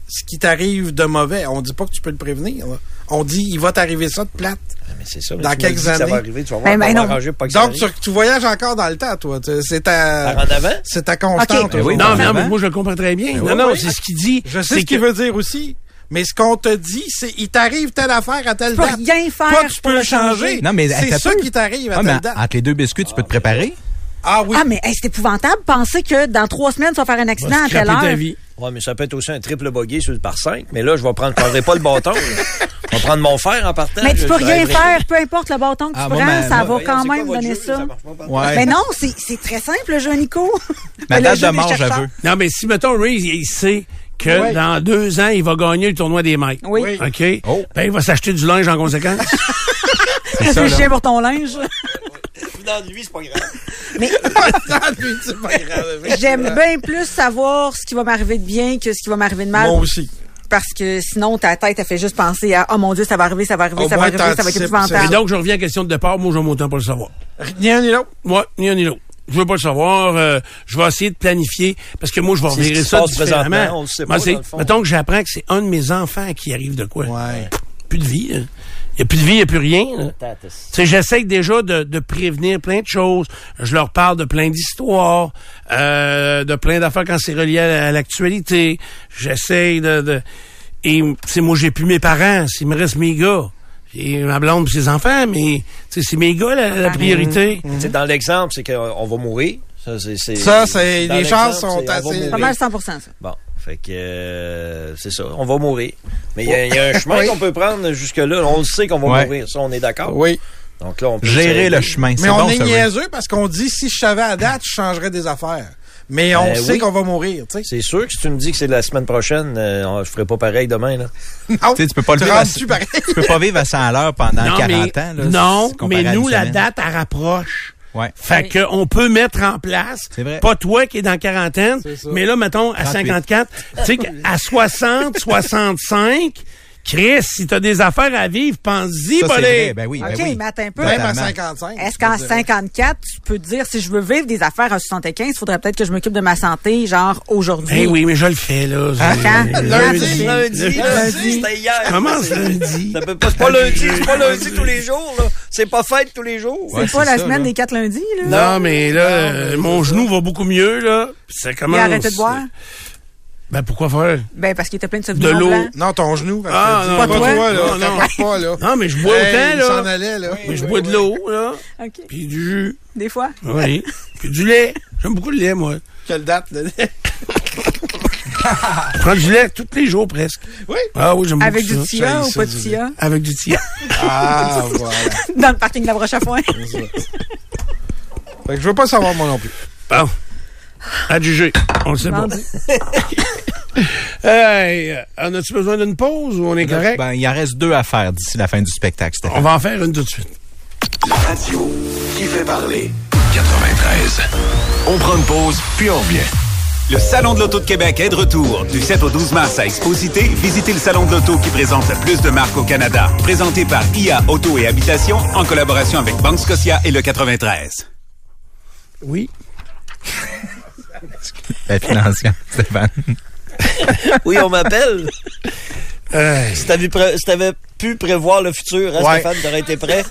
A: ce qui t'arrive de mauvais. On dit pas que tu peux le prévenir. là. On dit il va t'arriver ça de plate.
B: mais c'est ça. mais
A: Dans
B: tu me
A: quelques
B: dis que Ça
A: années.
B: va arriver, tu vas voir.
E: Ben, ben
B: on va
E: non.
B: arranger pour pas que ça
A: Donc
B: arrive.
A: tu, tu voyages encore dans le temps, toi. Tu- C'est ta
B: Par en avant?
A: c'est ta constante.
E: Ok.
A: aujourd'hui.
C: oui,
D: non,
C: mais
D: mais, non,
C: avant-
D: mais moi je le comprends très bien. non,
A: oui,
D: non,
A: oui.
D: c'est ce qu'il dit.
A: Je sais ce qu'il
D: que-
A: veut dire aussi. Mais ce qu'on te dit, c'est il t'arrive telle affaire à telle
E: Tu peux
A: date.
E: rien faire
A: Pas que tu
E: pour
A: peux
E: le changer.
A: changer.
C: Non, mais
A: c'est
C: attends
A: ça
C: un peu.
A: qui t'arrive à
C: Ah, mais
A: telle date.
C: entre les deux biscuits, tu peux te préparer.
A: Ah oui.
E: Ah, mais hey, c'est épouvantable de penser que dans trois semaines, tu vas faire un
D: Va
E: accident à
D: scraper
E: telle
D: ta
E: heure.
D: vie.
B: Ouais, mais ça peut être aussi un triple bogey sur le par 5. Mais là, je vais prendre, je prendrai pas le bâton. là. Je vais prendre mon fer en partant.
E: Mais
B: je-
E: tu peux
B: je
E: rien
B: driverai.
E: faire, peu importe le bâton que
C: Ah,
E: tu
C: moi,
E: prends,
C: ma- moi,
E: ça va quand
B: Voyons, c'est quoi
E: même
B: votre
E: donner
B: jeu?
E: ça.
B: marche pas, pas.
C: Ouais.
E: Mais non, c'est c'est très simple, le jeu, Nico.
C: Ma
E: Le
C: date
E: jeu
C: de
E: des
C: mort,
E: chercheurs.
C: j'avoue.
D: Non, mais si mettons Ray, il il sait que
A: Ouais.
D: dans deux ans, il va gagner le tournoi des mecs.
E: Oui.
D: OK?
C: Oh.
D: Ben, il va s'acheter du linge en conséquence.
E: C'est
C: ça, là.
E: chien pour ton linge.
B: Dans lui, c'est pas grave.
A: C'est pas grave.
E: J'aime bien plus savoir ce qui va m'arriver de bien que ce qui va m'arriver de mal.
A: Moi aussi.
E: parce que sinon, ta tête, elle fait juste penser à, oh mon Dieu, ça va arriver, ça va arriver,
A: Au
E: ça
A: moins,
E: va arriver, ça va être
A: t'anticipes,
D: Et
E: épouvantable.
D: donc, je reviens à la question de départ. Moi, j'aime autant pas le savoir.
A: Rien ni l'autre.
D: Moi, ni un ni l'autre. Je veux pas le savoir. euh, je vais essayer de planifier parce que moi, je vais
B: C'est ce
D: revirer
B: qui se
D: ça
B: passe
D: différemment.
B: présentement, on le sait
D: Moi,
B: pas,
D: c'est-
B: dans le fond.
D: mettons que j'apprends que c'est un de mes enfants qui arrive de quoi.
A: Ouais.
D: Plus de vie. hein. Il n'y a plus de vie, il n'y a plus rien. là.
B: Attends,
D: Tu sais, j'essaie déjà de, de prévenir plein de choses. Je leur parle de plein d'histoires, euh, de plein d'affaires quand c'est relié à, à l'actualité. J'essaie de, de... Et, tu sais, moi, j'ai plus mes parents. S'il me reste mes gars. J'ai ma blonde et ses enfants, mais, tu sais, c'est mes gars, la, la priorité.
B: C'est dans l'exemple, c'est qu'on va mourir. Ça, c'est, c'est-
A: Ça, c'est-
B: dans
A: les chances
B: l'exemple,
A: sont
B: c'est on va
A: assez-
B: mourir.
E: Pas mal 100 ça.
B: Bon, fait que euh, c'est ça, on va mourir. Mais il y a- il y, a un chemin qu'on peut prendre jusque-là. On le sait qu'on va
C: Ouais.
B: mourir, ça, on est d'accord.
A: Oui.
B: Donc là, on peut
C: Gérer
B: s'aider.
C: le chemin, c'est
A: Mais on
C: bon,
A: est
C: ça. Ray.
A: niaiseux parce qu'on dit si je savais à date, je changerais des affaires. Mais on
B: Ben
A: sait
B: oui.
A: qu'on va mourir, tu sais.
B: C'est sûr que si tu me dis que c'est la semaine prochaine, euh, je ferai pas pareil demain. Là.
A: Non,
C: Tu sais, tu peux pas le
A: tu
C: vivre à-
A: rentres-tu pareil?
C: Tu peux pas vivre à 100 à l'heure pendant 40
D: mais,
C: ans. Là,
D: non,
C: si comparé
D: mais
C: à une
D: nous, la
C: semaine.
D: date, elle rapproche.
C: Ouais.
D: Fait que on peut mettre en place,
C: C'est vrai.
D: pas toi qui est dans quarantaine, mais là, mettons, à
C: 38.
D: 54, tu sais, à 60, 65, Chris, si t'as des affaires à vivre, pense-y,
C: Ça, c'est
D: Bolé.
C: vrai. Ben oui, ben
E: OK,
C: oui.
E: mais attends un peu.
A: Même à
C: Totalement.
A: 55.
E: Est-ce qu'en 54, tu peux te dire, si je veux vivre des affaires à 75, il faudrait peut-être que je m'occupe de ma santé, genre aujourd'hui?
D: Eh oui, mais je le fais, là. Je-
E: Quand?
A: Lundi.
B: Lundi, lundi, c'était hier.
D: Commence
B: C'est-
D: lundi.
B: Ça peut pas, c'est pas lundi, c'est pas lundi tous les jours. Là. C'est pas fête tous les jours.
E: C'est
C: Ouais,
E: pas
C: c'est
E: la
C: ça,
E: semaine
C: là.
E: des quatre lundis, là?
D: Non, mais là, euh, mon genou va beaucoup mieux, là. Ça
E: Il
D: commence.
E: a arrêté de boire?
D: Ben, pourquoi faire?
E: Ben, parce qu'il était plein de
D: De
E: souvenirs
D: l'eau.
E: blancs.
A: Non, ton genou. parce
D: Ah,
A: que-
D: non,
A: pas
D: non,
A: toi,
D: ouais.
A: là.
D: Non, non.
A: t'apportes pas, là.
D: Non, mais je bois
A: Hey,
D: autant,
A: il
D: là.
A: s'en allait, là.
D: Mais je bois de l'eau, là.
E: OK.
D: Puis du jus.
E: Des fois.
D: Oui. Puis du lait. J'aime beaucoup le lait, moi.
A: Quelle date, là?
D: Je prends du lait tous les jours, presque.
A: Oui.
D: Ah oui, j'aime beaucoup
E: Avec du
D: ça.
E: tia
A: ça,
E: ou
A: ça,
E: pas de
A: du-
E: tia?
D: Avec du tia.
A: Ah, voilà. Fait
E: Dans le parking de la broche à foin.
A: que je veux pas savoir, moi non plus.
D: Bon. Adjugé. On le sait pas.
E: Vendu.
D: Hey, euh, en as-tu besoin d'une pause ou on est correct?
C: Ben, il en reste deux à faire d'ici la fin du spectacle, Stéphane.
D: On va en faire une tout de suite.
G: Radio qui fait parler. 93.
H: On prend une pause, puis on revient.
I: Le Salon de l'Auto de Québec est de retour. Du 7 au 12 mars à Exposité, visitez le Salon de l'Auto qui présente le plus de marques au Canada. Présenté par IA Auto et Habitation en collaboration avec Banque Scotia et le 93.
D: Oui.
C: La financière, Stéphane.
B: Oui, on m'appelle.
D: Hey.
B: si, t'avais pré- si t'avais pu prévoir le futur, hein,
A: Ouais.
B: Stéphane, t'aurais été prêt.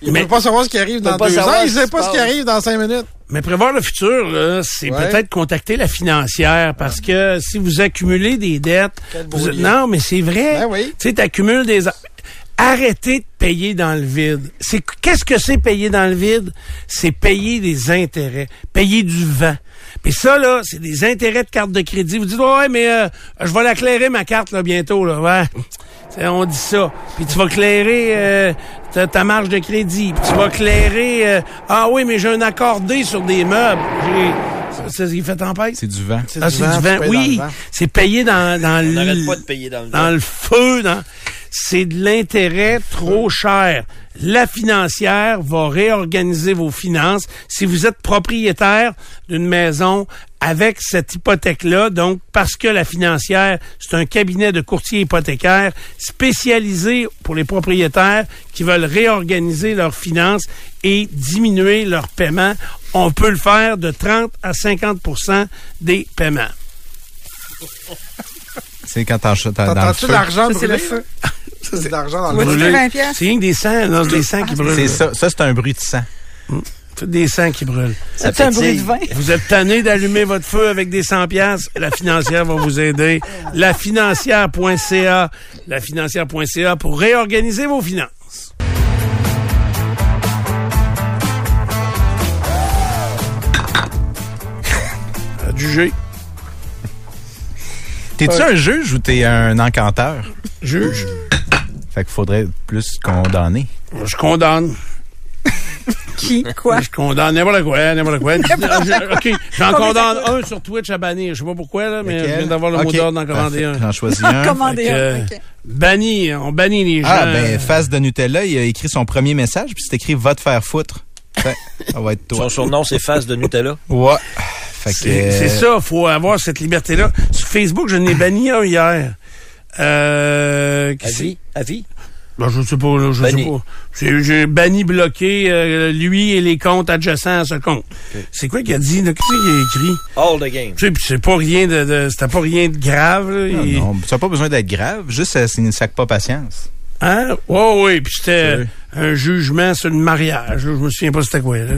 A: Il
D: Mais-
A: veut pas savoir ce qui arrive
B: Faut
A: dans
B: pas
A: deux
B: savoir
A: ans.
B: ce
A: Il sait
B: qui
A: pas
B: se
A: ce qui
B: passe.
A: arrive dans cinq minutes.
D: Mais prévoir le futur, là, c'est
A: Ouais.
D: peut-être contacter la financière parce que si vous accumulez des dettes, vous-
A: beau lien.
D: non, Ah, mais c'est vrai.
A: Ben oui.
D: Tu sais, t'accumules des. a- Arrêtez de payer dans le vide. C'est qu'est-ce que c'est payer dans le vide C'est payer des intérêts, payer du vent. Puis ça là, c'est des intérêts de carte de crédit. Vous dites ouais, mais euh, je vais l'éclairer ma carte là bientôt là, ouais. Tu sais, On dit ça. Puis tu vas clairer euh, ta, ta marge de crédit. Puis tu vas clairer... euh, ah oui, mais j'ai un accordé sur des meubles. J'ai- ça, C'est ce qui fait tempête.
C: C'est du vent.
D: Ah, c'est du vent.
A: tu payes dans
D: Oui,
A: le vent.
D: c'est payé dans, dans
B: On
D: le...
B: n'arrête pas de payer dans le
D: Dans
B: vent.
D: le feu, dans- c'est de l'intérêt trop cher. La financière va réorganiser vos finances. Si vous êtes propriétaire d'une maison avec cette hypothèque-là, donc parce que la financière, c'est un cabinet de courtiers hypothécaires spécialisé pour les propriétaires qui veulent réorganiser leurs finances et diminuer leurs paiements, on peut le faire de 30 à 50 des paiements.
C: C'est quand t'en t'en- dans le
A: T'entends-tu
C: feu.
A: l'argent
E: Ça, c'est
A: brûler?
E: le feu.
A: C'est de l'argent dans le
E: Ouais.
A: feu.
E: Brûler.
D: brûler.
E: 80 piastres.
D: C'est rien que des sangs, non, c'est des sangs qui brûlent.
C: C'est ça. Ça, c'est un bruit de sang.
D: C'est des sangs qui brûlent.
E: C'est un bruit
B: pétille.
E: de vin.
D: Vous êtes tanné d'allumer votre feu avec des 100 piastres. La financière va vous aider. La financière.ca. La financière.ca pour réorganiser vos finances. Jugé.
C: T'es-tu un juge ou t'es un encanteur?
D: Juge.
C: Fait qu'il faudrait plus condamner.
D: Je condamne.
E: Qui? Quoi?
D: Je condamne n'importe quoi, n'importe quoi. Je- OK, j'en condamne un sur Twitch à bannir. Je sais pas pourquoi, là, mais
C: Lequel?
D: je viens d'avoir le
C: Ok.
D: mot d'ordre d'en commander
C: Parfait. Ah.
D: un.
C: J'en choisis un.
E: Commander un.
D: Fait que-
E: OK.
D: Banni, on bannit les gens.
C: Ah, ben, face de Nutella, il a écrit son premier message, puis c'est écrit « Va te faire foutre ». Fait, Ça va être toi.
B: Son surnom, c'est Face de Nutella.
C: Ouais. Fait que... euh,
D: C'est c'est ça, faut avoir cette liberté-là. Sur Facebook, je n'ai banni un hier. Euh, qui
B: À
D: c'est?
B: vie? À vie?
D: Ben, je sais pas, là, je
B: Banni.
D: sais pas. C'est- J'ai banni, bloqué euh, lui et les comptes adjacents à ce compte. C'est quoi qu'il a dit? là? Qu'est-ce qu'il a écrit?
B: All the game.
D: Tu sais, puis c'est pas rien de, de- c'était pas rien de grave. Là,
C: Non,
D: Il-
C: Ah, euh, non, ça n'a pas besoin d'être grave, juste ça ne sac pas patience.
D: Hein? Ouais, oui, puis c'était
C: C'est-
D: un jugement sur le mariage. là. Je me souviens pas c'était quoi. Là.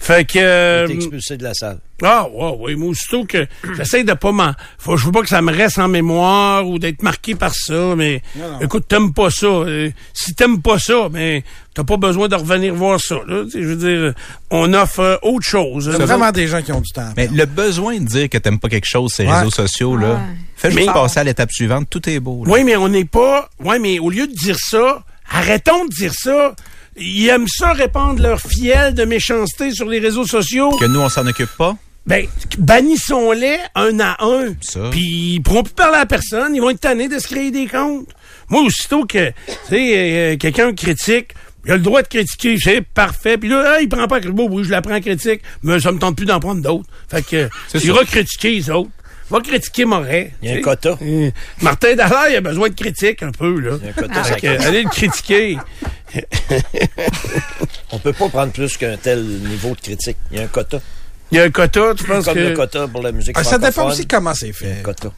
D: Fait que...
B: T'es
D: euh,
B: expulsé de la salle.
D: Ah, ouais, ouais, mais aussitôt que j'essaie de pas m'en. Faut, je veux pas que ça me reste en mémoire ou d'être marqué par ça, mais écoute, t'aimes pas ça. euh, si t'aimes pas ça, mais t'as pas besoin de revenir voir ça. Là, Tu sais, je veux dire, on offre euh, autre chose.
A: C'est
D: Nous
A: vraiment des gens qui ont du temps.
C: Mais le besoin de dire que t'aimes pas quelque chose, ces
A: Ouais.
C: réseaux sociaux, là,
E: Ouais.
C: fais juste
D: Mais-
C: passer à l'étape suivante, tout est beau. là.
D: Oui, mais on n'est pas. Oui, mais au lieu de dire ça, arrêtons de dire ça. Ils aiment ça répandre leur fiel de méchanceté sur les réseaux sociaux.
C: Que nous, on s'en occupe pas.
D: Ben, bannissons-les un à un.
C: Ça.
D: Puis ils pourront plus parler à personne. Ils vont être tannés de se créer des comptes. Moi, aussitôt que, tu sais, euh, quelqu'un critique, il a le droit de critiquer, c'est parfait. Puis là, ah, il prend pas... Bon, oui, je la prends en critique, mais ça me tente plus d'en prendre d'autres. Fait que,
C: C'est
D: il
C: ça.
D: va critiquer les autres. Va critiquer Moret.
B: Il y a
D: tu
B: un
D: sais.
B: quota.
D: Euh, Martin Dallaire, il a besoin de critique un peu, là.
B: Il y a un quota
D: Fait que,
B: sacré.
D: allez le critiquer.
B: On peut pas prendre plus qu'un tel niveau de critique. Il y a un quota.
D: Il y a un quota, tu penses
B: Comme
D: que...
B: le quota pour la musique
A: Ah, ça dépend
B: francophone,
A: aussi comment c'est
B: il y a un
A: fait.
B: quota.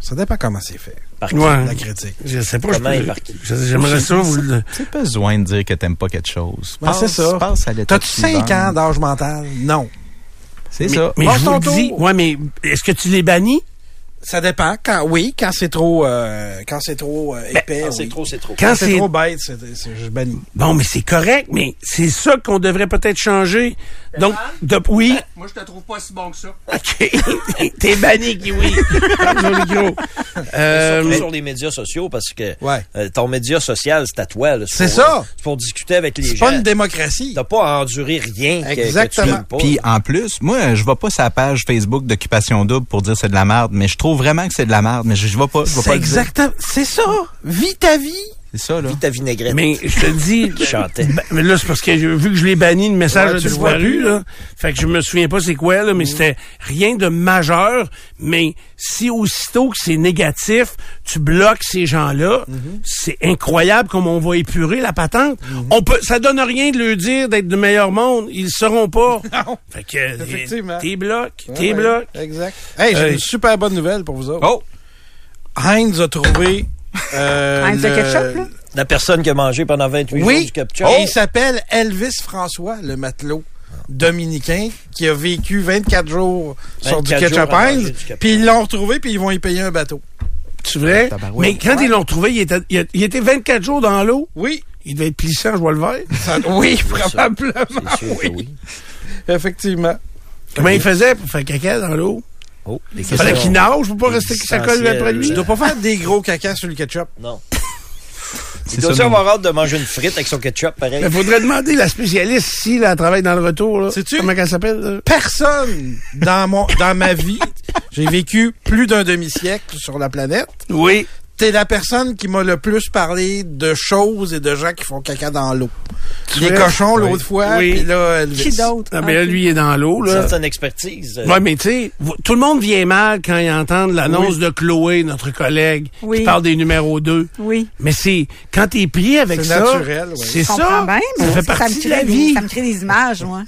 A: Ça dépend comment c'est fait,
B: Par qui?
D: Ouais.
A: la critique.
D: Je sais pas.
B: Comment
D: je-
B: et par qui?
D: je- J'aimerais ça vous le...
C: T'as besoin de dire que t'aimes pas quelque chose.
D: Ah,
A: Ben, c'est ça.
C: Passe à l'étape
A: T'as-tu 5 ans
C: suivante.
A: d'âge mental? Non.
C: C'est ça.
D: Mais
A: Passe
D: je vous
A: ton
D: le dis,
A: tour.
D: ouais, mais est-ce que tu les bannis?
A: Ça dépend. Quand, oui, quand c'est trop, euh, quand c'est trop euh, épais.
B: Ben, Quand
A: oui.
B: c'est trop, c'est trop.
D: Quand
A: Quand
D: c'est-
A: c'est trop bête, c'est c'est- je bannis.
D: Bon, mais c'est correct, mais c'est ça qu'on devrait peut-être changer. Donc, de, oui.
J: Ben, Moi, je te trouve pas si bon que ça.
D: OK. T'es banni, Kiwi. Comme sur le gros. Euh,
B: Surtout sur les médias sociaux, parce que
A: Ouais.
B: euh, ton média social, c'est à toi. là.
A: C'est
B: pour-
A: ça.
B: C'est pour discuter avec les
A: C'est pas
B: gens.
A: une démocratie.
B: T'as pas à endurer rien que- que,
A: Exactement.
B: tu aimes pas.
C: Puis en plus, moi, je vais pas sur la page Facebook d'Occupation Double pour dire c'est de la merde, mais je trouve vraiment que c'est de la merde, mais je, je vais pas, je vais pas
A: C'est
C: le dire.
A: exactement. C'est ça. Vis ta vie.
C: C'est ça, là.
B: Puis ta vinaigrette.
D: mais je te dis.
B: Qui chantait.
D: Ben, mais là, c'est parce que j'ai- vu que je l'ai banni, le message
A: Ouais,
D: a
A: tu le vois
D: disparu,
A: plus. Mm.
D: là. Fait que je me souviens pas c'est quoi, là, mais c'était rien de majeur. Mais si aussitôt que c'est négatif, tu bloques ces gens-là,
A: Mm-hmm.
D: c'est incroyable comme on va épurer la patente. On peut, ça donne rien de leur dire d'être du meilleur monde. Ils le seront pas. Fait que, euh,
A: Effectivement.
D: t'es bloqué,
A: Ouais,
D: t'es
A: ouais.
D: bloqué.
A: Exact. Hey, j'ai
D: Hey.
A: une super bonne nouvelle pour vous autres.
C: Oh!
A: Heinz a trouvé. Euh,
E: Heinz de
A: le-
E: ketchup, là?
B: La personne qui a mangé pendant 28 jours
A: Oui. Oh!
B: du ketchup. Oh.
A: Et Il s'appelle Elvis François, le matelot dominicain, qui a vécu 24 jours sur du
B: 24 jours
A: ketchup
B: à manger
A: Heinz.
B: du ketchup.
A: Puis ils l'ont retrouvé, puis ils vont y payer un bateau.
D: C'est vrai?
A: Ah,
C: Tabarouette.
D: Mais quand ils l'ont trouvé, il était, il, a- il était 24 jours dans l'eau.
A: Oui.
D: Il devait être plissant, je vois le verre.
A: Ça- oui,
B: ça.
A: probablement.
B: C'est sûr que oui.
A: Effectivement.
D: Comment il faisait pour faire caca dans l'eau?
B: Oh, des
D: Il fallait
B: questions.
D: qu'il nage pour pas rester que ça colle
B: Essentiel.
D: après lui.
A: Tu dois pas faire des gros caca sur le ketchup.
B: Non.
C: C'est
B: Il doit
C: ça,
B: aussi
C: nous.
B: avoir hâte de manger une frite avec son ketchup, pareil.
D: Il faudrait demander la spécialiste si là, elle travaille dans le retour. Là.
A: Sais-tu?
D: Comment elle s'appelle? euh? là?
A: Personne dans mon dans ma vie, j'ai vécu plus d'un demi-siècle sur la planète.
D: Oui.
A: T'es la personne qui m'a le plus parlé de choses et de gens qui font caca dans l'eau. Les
D: veux?
A: cochons
D: Oui.
A: l'autre fois,
D: Oui.
A: puis là Elvis.
E: Qui d'autre?
D: Ah, mais là, lui, il est dans l'eau. là.
B: Ça, c'est une expertise.
D: euh, Ouais, mais tu sais, vo- tout le monde vient mal quand ils entendent l'annonce de Chloé, notre collègue,
E: Oui.
D: qui parle des numéros 2.
E: Oui.
D: Mais c'est quand t'es pris avec
A: C'est
D: ça,
A: naturel, ouais.
D: c'est
E: Je comprends
D: ça.
E: bien, mais
D: ça fait
E: ça me
D: partie
E: crée
D: de la
E: des-
D: vie.
E: Ça me crée des images, moi.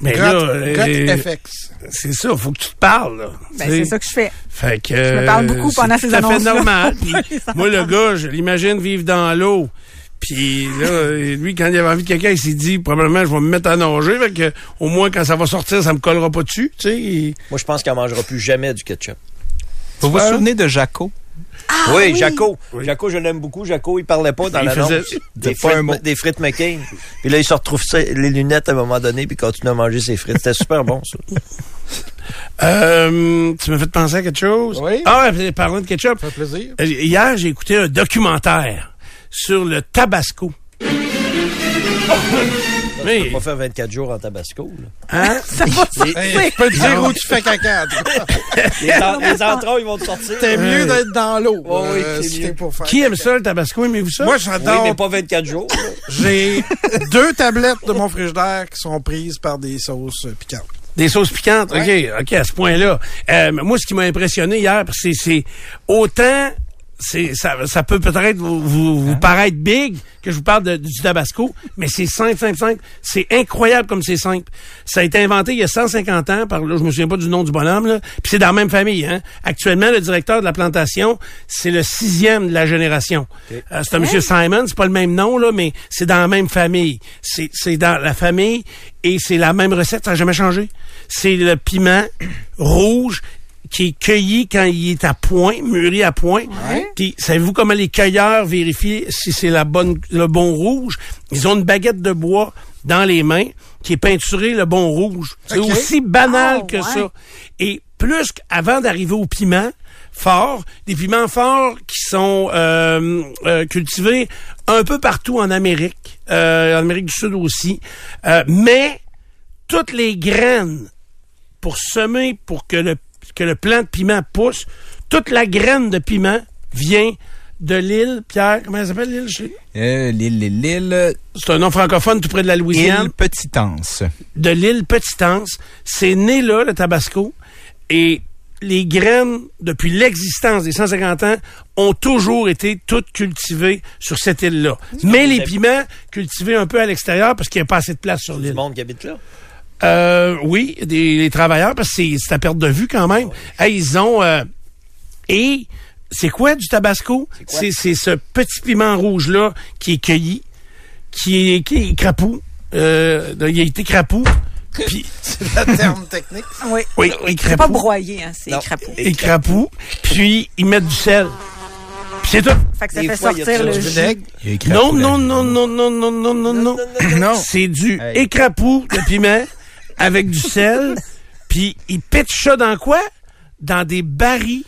D: Mais là,
A: Grotte- Grotte
D: euh,
A: FX.
D: c'est ça, faut que tu te parles. Là,
E: Ben,
D: Tu sais.
E: c'est ça que je fais.
D: Fait que,
E: Je me parle beaucoup
D: euh,
E: pendant
D: c'est
E: ces
D: tout à fait
E: annonces-là.
D: normal.
E: Pour
D: Puis,
E: les
D: moi, le gars, je l'imagine vivre dans l'eau. Puis là, euh, lui, quand il avait envie de quelqu'un, il s'est dit, probablement, je vais me mettre à nager. Fait que, au moins, quand ça va sortir, ça me collera pas dessus. Tu sais, il-
B: Moi, je pense qu'elle mangera plus jamais du ketchup.
C: Vous vous souvenez de Jaco?
B: oui, Jaco. Jaco, je l'aime beaucoup. Jaco, il parlait pas dans
D: Il
B: l'annonce.
D: faisait-
B: Des,
C: disait pas un mot.
B: frites- des frites McCain. Puis là, il se retrouve ça- les lunettes à un moment donné, puis il continue à manger ses frites. C'était super bon, ça.
D: Euh, tu m'as fait penser à quelque chose?
A: Oui.
D: Ah, ouais, parlant de ketchup.
A: Ça fait plaisir.
D: Euh, Hier, j'ai écouté un documentaire sur le tabasco. Mais,
B: On va faire 24 jours en tabasco. là.
D: hein?
E: Ça va sortir.
A: Hey, tu peux te dire où tu fais caca. toi.
B: Les, en- les entrailles vont te sortir.
A: T'es mieux
D: Ouais.
A: d'être dans l'eau.
B: Ouais, oui,
A: euh,
B: c'est
A: si
B: mieux.
A: t'es pour faire
D: Ah, Qui aime
A: caca.
D: ça, le tabasco? Aimez-vous ça?
A: Moi,
B: Oui,
A: j'adore.
B: mais pas 24 jours. là.
A: J'ai deux tablettes de mon frigidaire qui sont prises par des sauces euh, piquantes.
D: Des sauces piquantes, ok, ok, à ce point-là. Euh, moi, ce qui m'a impressionné hier, parce que c'est- c'est autant c'est ça, ça peut peut-être vous, vous, vous paraître big que je vous parle de- du tabasco, mais c'est simple, simple, simple. C'est incroyable comme c'est simple. Ça a été inventé il y a 150 ans par là, je me souviens pas du nom du bonhomme, là. Puis c'est dans la même famille, hein. Actuellement, le directeur de la plantation, c'est le sixième de la génération. Euh, c'est un monsieur Simon, c'est pas le même nom, là, mais c'est dans la même famille. C'est c'est dans la famille et c'est la même recette, ça n'a jamais changé. C'est le piment rouge qui est cueilli quand il est à point, mûri à point. Puis savez-vous comment les cueilleurs vérifient si c'est la bonne le bon rouge Ils ont une baguette de bois dans les mains qui est peinturée le bon rouge. C'est
K: Ok.
D: aussi banal
K: Ah,
D: que
K: ouais.
D: ça. Et plus qu'avant d'arriver au piment fort, des piments forts qui sont euh, euh, cultivés un peu partout en Amérique, euh, en Amérique du Sud aussi, Euh, mais toutes les graines pour semer, pour que le, que le plant de piment pousse, toute la graine de piment vient de l'île, Pierre, comment elle s'appelle l'île? chez-
C: Euh, l'île, l'île, l'île.
D: C'est un nom francophone tout près de la Louisiane.
C: Île Petitance.
D: de l'île Petitance. C'est né là, le Tabasco. Et les graines, depuis l'existence des 150 ans, ont toujours été toutes cultivées sur cette île-là. Mais les piments cultivés un peu à l'extérieur parce qu'il n'y a pas assez de place sur l'île.
B: monde qui habite là.
D: Euh, oui, des, les travailleurs, parce que c'est- c'est à perte de vue quand même. Hey, ils ont... euh, et c'est quoi du tabasco? C'est c'est ce petit piment rouge-là qui est cueilli, qui est, qui est crapou. Euh, il a été crapou. Puis,
A: Le terme technique.
E: Oui.
D: oui, oui,
E: C'est
D: crapou.
E: pas broyé, hein, c'est crapou.
D: Et crapou. Puis, ils mettent du sel. Puis c'est tout.
E: Fait que ça fait sortir le
A: du
E: jus.
A: vinaigre.
D: Non, non, non, non, non, non, non, non, non. C'est du écrapou de piment avec du sel. Puis ils pitchent ça dans quoi? Dans des barils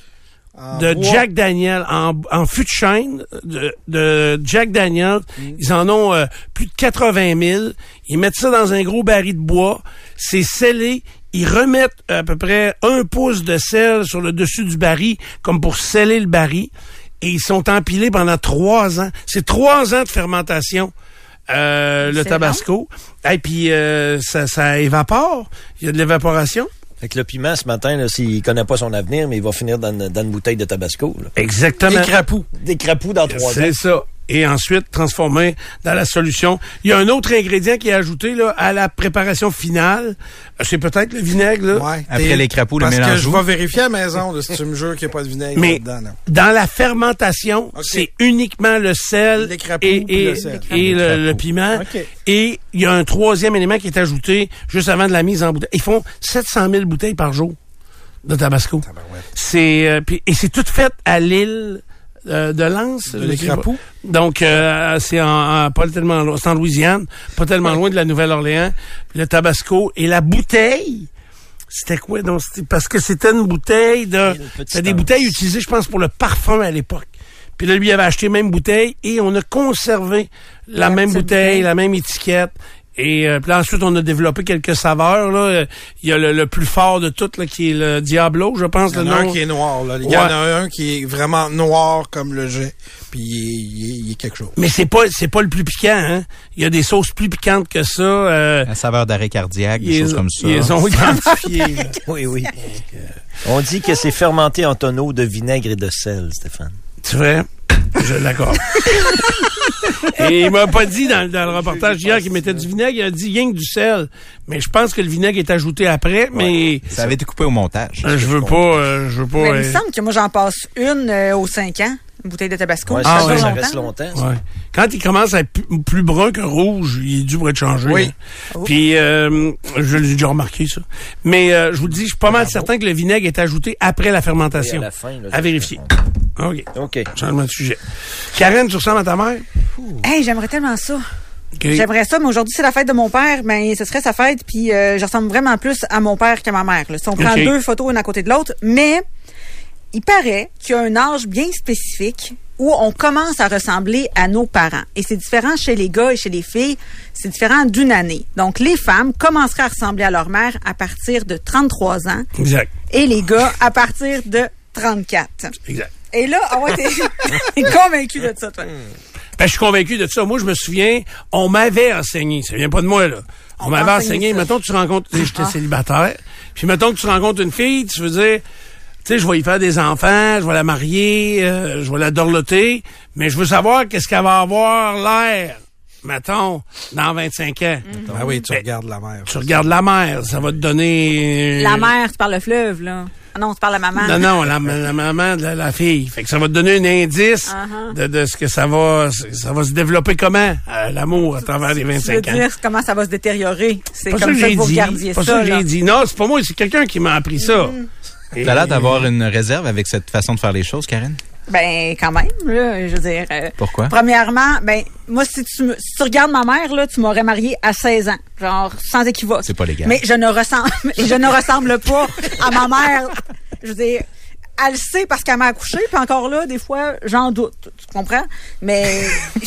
D: de
A: bois.
D: Jack Daniel en, en fût de chêne de, de Jack Daniel. Ils en ont euh, plus de 80 000. Ils mettent ça dans un gros baril de bois. C'est scellé. Ils remettent à peu près un pouce de sel sur le dessus du baril comme pour sceller le baril. Et ils sont empilés pendant trois ans. C'est trois ans de fermentation. euh, le
E: C'est
D: tabasco. Et puis, euh, ça, ça évapore. Il y a de l'évaporation.
B: Fait que le piment, ce matin, là, s'il connaît pas son avenir, mais il va finir dans, une- dans une bouteille de tabasco. là.
D: Exactement.
A: Écrapou.
B: Des crapauds dans trois ans.
D: C'est ça. Et ensuite, transformer dans la solution. Il y a un autre ingrédient qui est ajouté là, à la préparation finale. Euh, C'est peut-être le vinaigre. Là.
A: Ouais,
C: Après
A: t'es-
C: les crapauds, le
A: Parce que
C: mélange
A: je
C: roux.
A: vais vérifier à la maison là, si tu me jures qu'il n'y a pas de vinaigre
D: Mais
A: dedans. Là.
D: dans la fermentation,
A: Ok.
D: c'est uniquement le sel
A: Les crapauds
D: et,
A: puis
D: et-
A: le sel.
D: et le,
C: crapauds.
D: le piment.
A: Ok.
D: Et il y a un troisième élément qui est ajouté juste avant de la mise en bouteille. Ils font 700 000 bouteilles par jour de Tabasco. C'est euh, puis- et c'est tout fait à l'île euh, de Lens. je
A: les
D: sais pas.
A: crapauds?
D: Donc euh, c'est en, en- pas tellement loin- c'est en Louisiane, pas tellement loin de la Nouvelle-Orléans. Le Tabasco et la bouteille. C'était quoi donc c'était- parce que c'était une bouteille de
B: Une petite
D: c'était des
B: anse.
D: bouteilles utilisées je pense pour le parfum à l'époque. Puis là lui il avait acheté même bouteille et on a conservé la, même
E: petite
D: bouteille,
E: bouteille.
D: la même étiquette. Et euh, puis là, ensuite, on a développé quelques saveurs. Là. Euh, Il y a le, le plus fort de toutes, là, qui est le Diablo, je pense.
A: Il y en
D: le
A: a un
D: nom.
A: qui est noir. Là. Il y
D: Ouais.
A: en a un qui est vraiment noir comme le jet. Puis il est, il est- il est quelque chose.
D: Mais c'est pas c'est pas le plus piquant. Hein? Il y a des sauces plus piquantes que ça. euh,
C: La saveur d'arrêt cardiaque, des
D: ils-
C: choses comme ça.
D: Ils ont identifié. là.
B: Oui, oui. On dit que c'est fermenté en tonneau de vinaigre et de sel, Stéphane.
D: tu vois? Je d'accord. Et il m'a pas dit dans, dans le reportage hier qu'il mettait du vinaigre. Il a dit rien que du sel. Mais je pense que le vinaigre est ajouté après. Mais
C: Ça avait été coupé au montage.
D: euh, je veux pas... euh, je veux pas...
E: Mais
D: euh,
E: Ben, il me semble que moi, j'en passe une euh, aux 5 ans, une bouteille de tabasco.
B: Ouais,
D: Ah,
B: ça,
E: dure
D: ouais.
B: ça
E: longtemps,
B: reste
E: là.
B: longtemps. ça.
D: Ouais. Quand il commence à être pu- plus brun que rouge, il est dû pour être changé.
A: Oui.
B: Oh.
D: là. Puis, euh, je l'ai déjà remarqué, ça. Mais euh, je vous le dis, je suis pas mal certain que le vinaigre est ajouté après
B: Et
D: la
B: à
D: fermentation.
B: la fin, là,
D: À vérifier. OK.
B: OK.
D: Changement de sujet. Karen, tu ressembles à ta mère?
E: Hey, j'aimerais tellement ça.
D: OK.
E: J'aimerais ça, mais aujourd'hui, c'est la fête de mon père, mais ce serait sa fête, puis euh, je ressemble vraiment plus à mon père qu'à ma mère. là. Si on prend
D: Ok.
E: deux photos une à côté de l'autre, mais il paraît qu'il y a un âge bien spécifique où on commence à ressembler à nos parents. Et c'est différent chez les gars et chez les filles, c'est différent d'une année. Donc, les femmes commenceraient à ressembler à leur mère à partir de 33 ans
D: Exact.
E: et les gars à partir de 34.
D: Exact.
E: Et là, ah ouais, t'es t'es convaincu de ça, toi.
D: Ben, je suis convaincu de ça. Moi, je me souviens, on m'avait enseigné. Ça vient pas de moi, là. On
E: On
D: m'avait
E: t'a
D: enseigné.
E: enseigné ça.
D: Mettons que tu rencontres, j'étais
E: Ah.
D: célibataire. Puis mettons que tu rencontres une fille, tu veux dire, tu sais, je vais y faire des enfants, je vais la marier, euh, je vais la dorloter, mais je veux savoir qu'est-ce qu'elle va avoir l'air, mettons, dans 25 ans.
E: Mm.
A: Ah oui, tu regardes la mer.
D: ben, Tu regardes la mer, ça va te donner... euh,
E: La mère, tu parles le fleuve, là. Ah non, tu parles la maman.
D: Non, non, la, la maman de la, la fille. Fait que ça va te donner un indice
E: Uh-huh.
D: de, de ce que ça va, ça va se développer comment, euh, l'amour, à travers les
E: Tu veux
D: 25 ans.
E: dire comment ça va se détériorer. C'est
D: Pas
E: comme ça que, vous
D: dit.
E: regardiez
D: Pas
E: ça.
D: ça que
E: là. Mm-hmm.
D: j'ai dit. Non, c'est pas moi, c'est quelqu'un qui m'a appris ça. Et-
C: T'as l'air d'avoir une réserve avec cette façon de faire les choses, Karen?
E: Ben, quand même, là, je veux dire. euh,
C: Pourquoi?
E: Premièrement, ben, moi, si tu, me- si tu regardes ma mère, là, tu m'aurais mariée à 16 ans. Genre, sans équivoque.
C: C'est pas légal.
E: Mais je ne ressemble, et je ne ressemble pas à ma mère. Je veux dire, elle le sait parce qu'elle m'a accouchée, puis encore là, des fois, j'en doute. Tu comprends? Mais,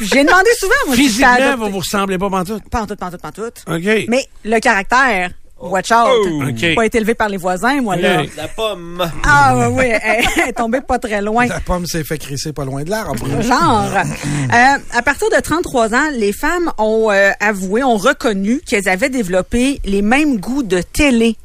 E: j'ai demandé souvent, moi, si j'étais
D: Physiquement,
E: adoptée.
D: vous vous ressemblez pas pantoute.
E: Pantoute, pantoute, pantoute.
D: OK.
E: Mais le caractère, watch out.
D: OK.
E: Pas été élevé par les voisins, moi, là.
D: Oui.
B: La pomme.
E: Ah, ouais, oui, elle elle est tombée pas très loin.
A: La pomme s'est fait crisser pas loin de l'arbre.
E: Genre. Euh, à partir de 33 ans, les femmes ont euh, avoué, ont reconnu qu'elles avaient développé les mêmes goûts de télé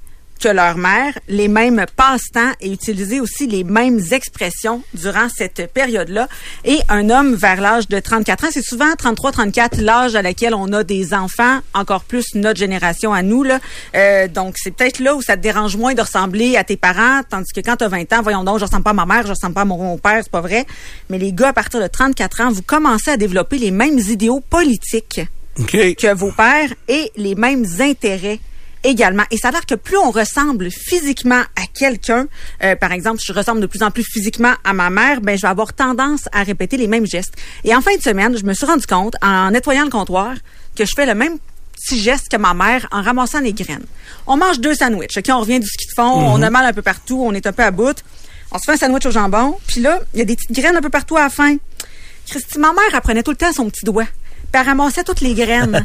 E: que leur mère, les mêmes passe-temps et utilisé aussi les mêmes expressions durant cette période-là. Et un homme vers l'âge de 34 ans, c'est souvent 33-34 l'âge à laquelle on a des enfants, encore plus notre génération à nous. Là. Euh, donc, c'est peut-être là où ça te dérange moins de ressembler à tes parents, tandis que quand tu as 20 ans, voyons donc, je ressemble pas à ma mère, je ressemble pas à mon, mon père, c'est pas vrai. Mais les gars, à partir de 34 ans, vous commencez à développer les mêmes idéaux politiques
D: OK.
E: que vos pères et les mêmes intérêts également. Et ça a l'air que plus on ressemble physiquement à quelqu'un, euh, par exemple, si je ressemble de plus en plus physiquement à ma mère, ben je vais avoir tendance à répéter les mêmes gestes. Et en fin de semaine, je me suis rendu compte en nettoyant le comptoir que je fais le même petit geste que ma mère en ramassant les graines. On mange deux sandwichs. OK, on revient du ski de fond, on a mal un peu partout, on est un peu à bout. On se fait un sandwich au jambon, puis là, il y a des petites graines un peu partout à la fin. Christy, ma mère, elle prenait tout le temps son petit doigt. Puis elle ramassait toutes les graines.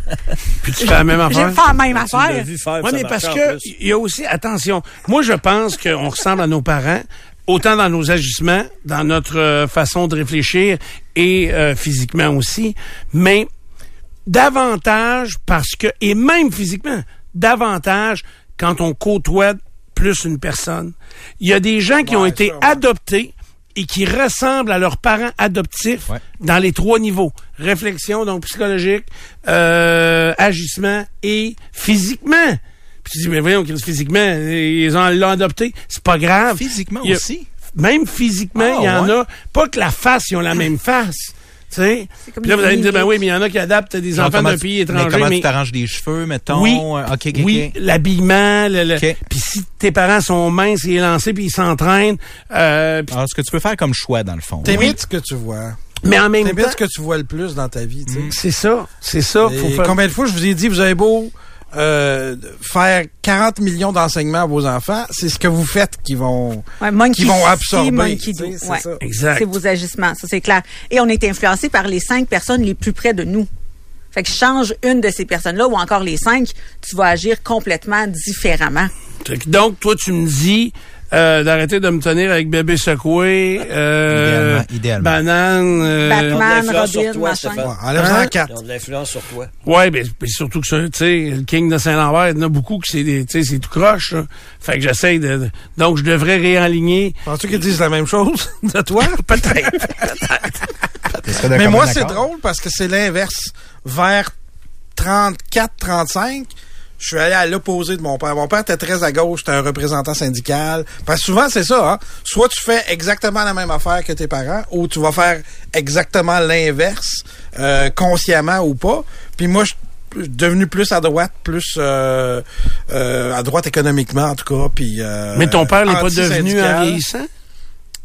D: Puis tu fais la même
E: J'ai
D: affaire.
E: fait la même
B: l'as
E: affaire.
B: vu faire.
D: Oui,
B: ça
D: mais
B: marchait
D: parce
B: en
D: que
B: plus.
D: il y a aussi attention. Moi, je pense qu'on ressemble à nos parents autant dans nos agissements, dans notre euh, façon de réfléchir et euh, physiquement aussi, mais davantage parce que et même physiquement davantage quand on côtoie plus une personne. Il y a des gens qui ont été adoptés et qui ressemblent à leurs parents adoptifs
C: Ouais.
D: dans les trois niveaux. Réflexion, donc psychologique, euh, agissement et physiquement. Puis tu dis, mais voyons, Chris, physiquement, ils ont l'ont adopté. C'est pas grave.
C: Physiquement
D: Il y a-
C: aussi?
D: Même physiquement,
C: Ah,
D: il y en
C: ouais.
D: a. Pas que la face, ils ont la même face. Tu sais?
E: comme
D: Puis là, vous
E: des
D: allez me dire, ben
E: mimiques.
D: oui, mais il y en a qui adaptent des
C: Genre,
D: enfants
C: comment
D: d'un
C: tu-
D: pays
C: Mais
D: étranger.
C: comment
D: mais-
C: tu t'arranges les cheveux, mettons?
D: oui,
C: euh, OK, OK,
D: oui,
C: OK.
D: l'habillement. Le, le-
C: OK.
D: Puis si tes parents sont minces et élancés, puis ils s'entraînent. euh, puis-
C: Alors, ce que tu peux faire comme choix, dans le fond.
A: T'évites ce que tu vois.
D: mais en même temps,
A: T'évites ce que tu vois le plus dans ta vie. tu sais.
D: c'est ça, c'est ça.
A: Et
D: Faut faire...
A: Combien de fois je vous ai dit, vous avez beau euh, faire 40 millions d'enseignements à vos enfants, c'est ce que vous faites qui vont,
E: Ouais, monkey
A: qui vont
E: see,
A: absorber.
E: monkey do.
A: tu sais, c'est
E: Ouais.
A: ça.
D: Exact.
E: C'est vos agissements, ça c'est clair. Et on est influencé par les cinq personnes les plus près de nous. Fait que change une de ces personnes-là ou encore les cinq, tu vas agir complètement différemment.
D: Fait que Donc, toi, tu me dis euh, d'arrêter de me tenir avec bébé secoué, euh,
C: Idéalement, idéalement.
D: banane. euh,
E: Batman.
B: Ils ont de
E: Man,
B: l'influence sur
E: Robin,
B: toi,
E: machin.
A: Ouais,
B: Stéphane.
A: enlève-en
D: Hein?
A: quatre.
B: Ils ont de l'influence sur toi.
D: Ouais, mais, mais surtout que ça, tu sais, le King de Saint-Lambert, il y en a beaucoup que c'est des, tu sais, c'est tout croche. là. Fait que j'essaie de, de- donc je devrais réaligner.
A: Penses-tu qu'ils disent la même chose de toi?
D: Peut-être.
C: Ce serait d'un
A: Mais
C: commun
A: moi, c'est
C: accord.
A: drôle parce que c'est l'inverse. Vers 34, 35, je suis allé à l'opposé de mon père. Mon père était très à gauche, c'était un représentant syndical. Parce que souvent, c'est ça, hein. Soit tu fais exactement la même affaire que tes parents, ou tu vas faire exactement l'inverse, euh, consciemment ou pas. Puis moi, je je suis devenu plus à droite, plus euh, euh, à droite économiquement en tout cas. Puis, euh,
D: Mais ton père n'est
C: ah,
D: pas devenu en
A: antisyndical.
D: vieillissant?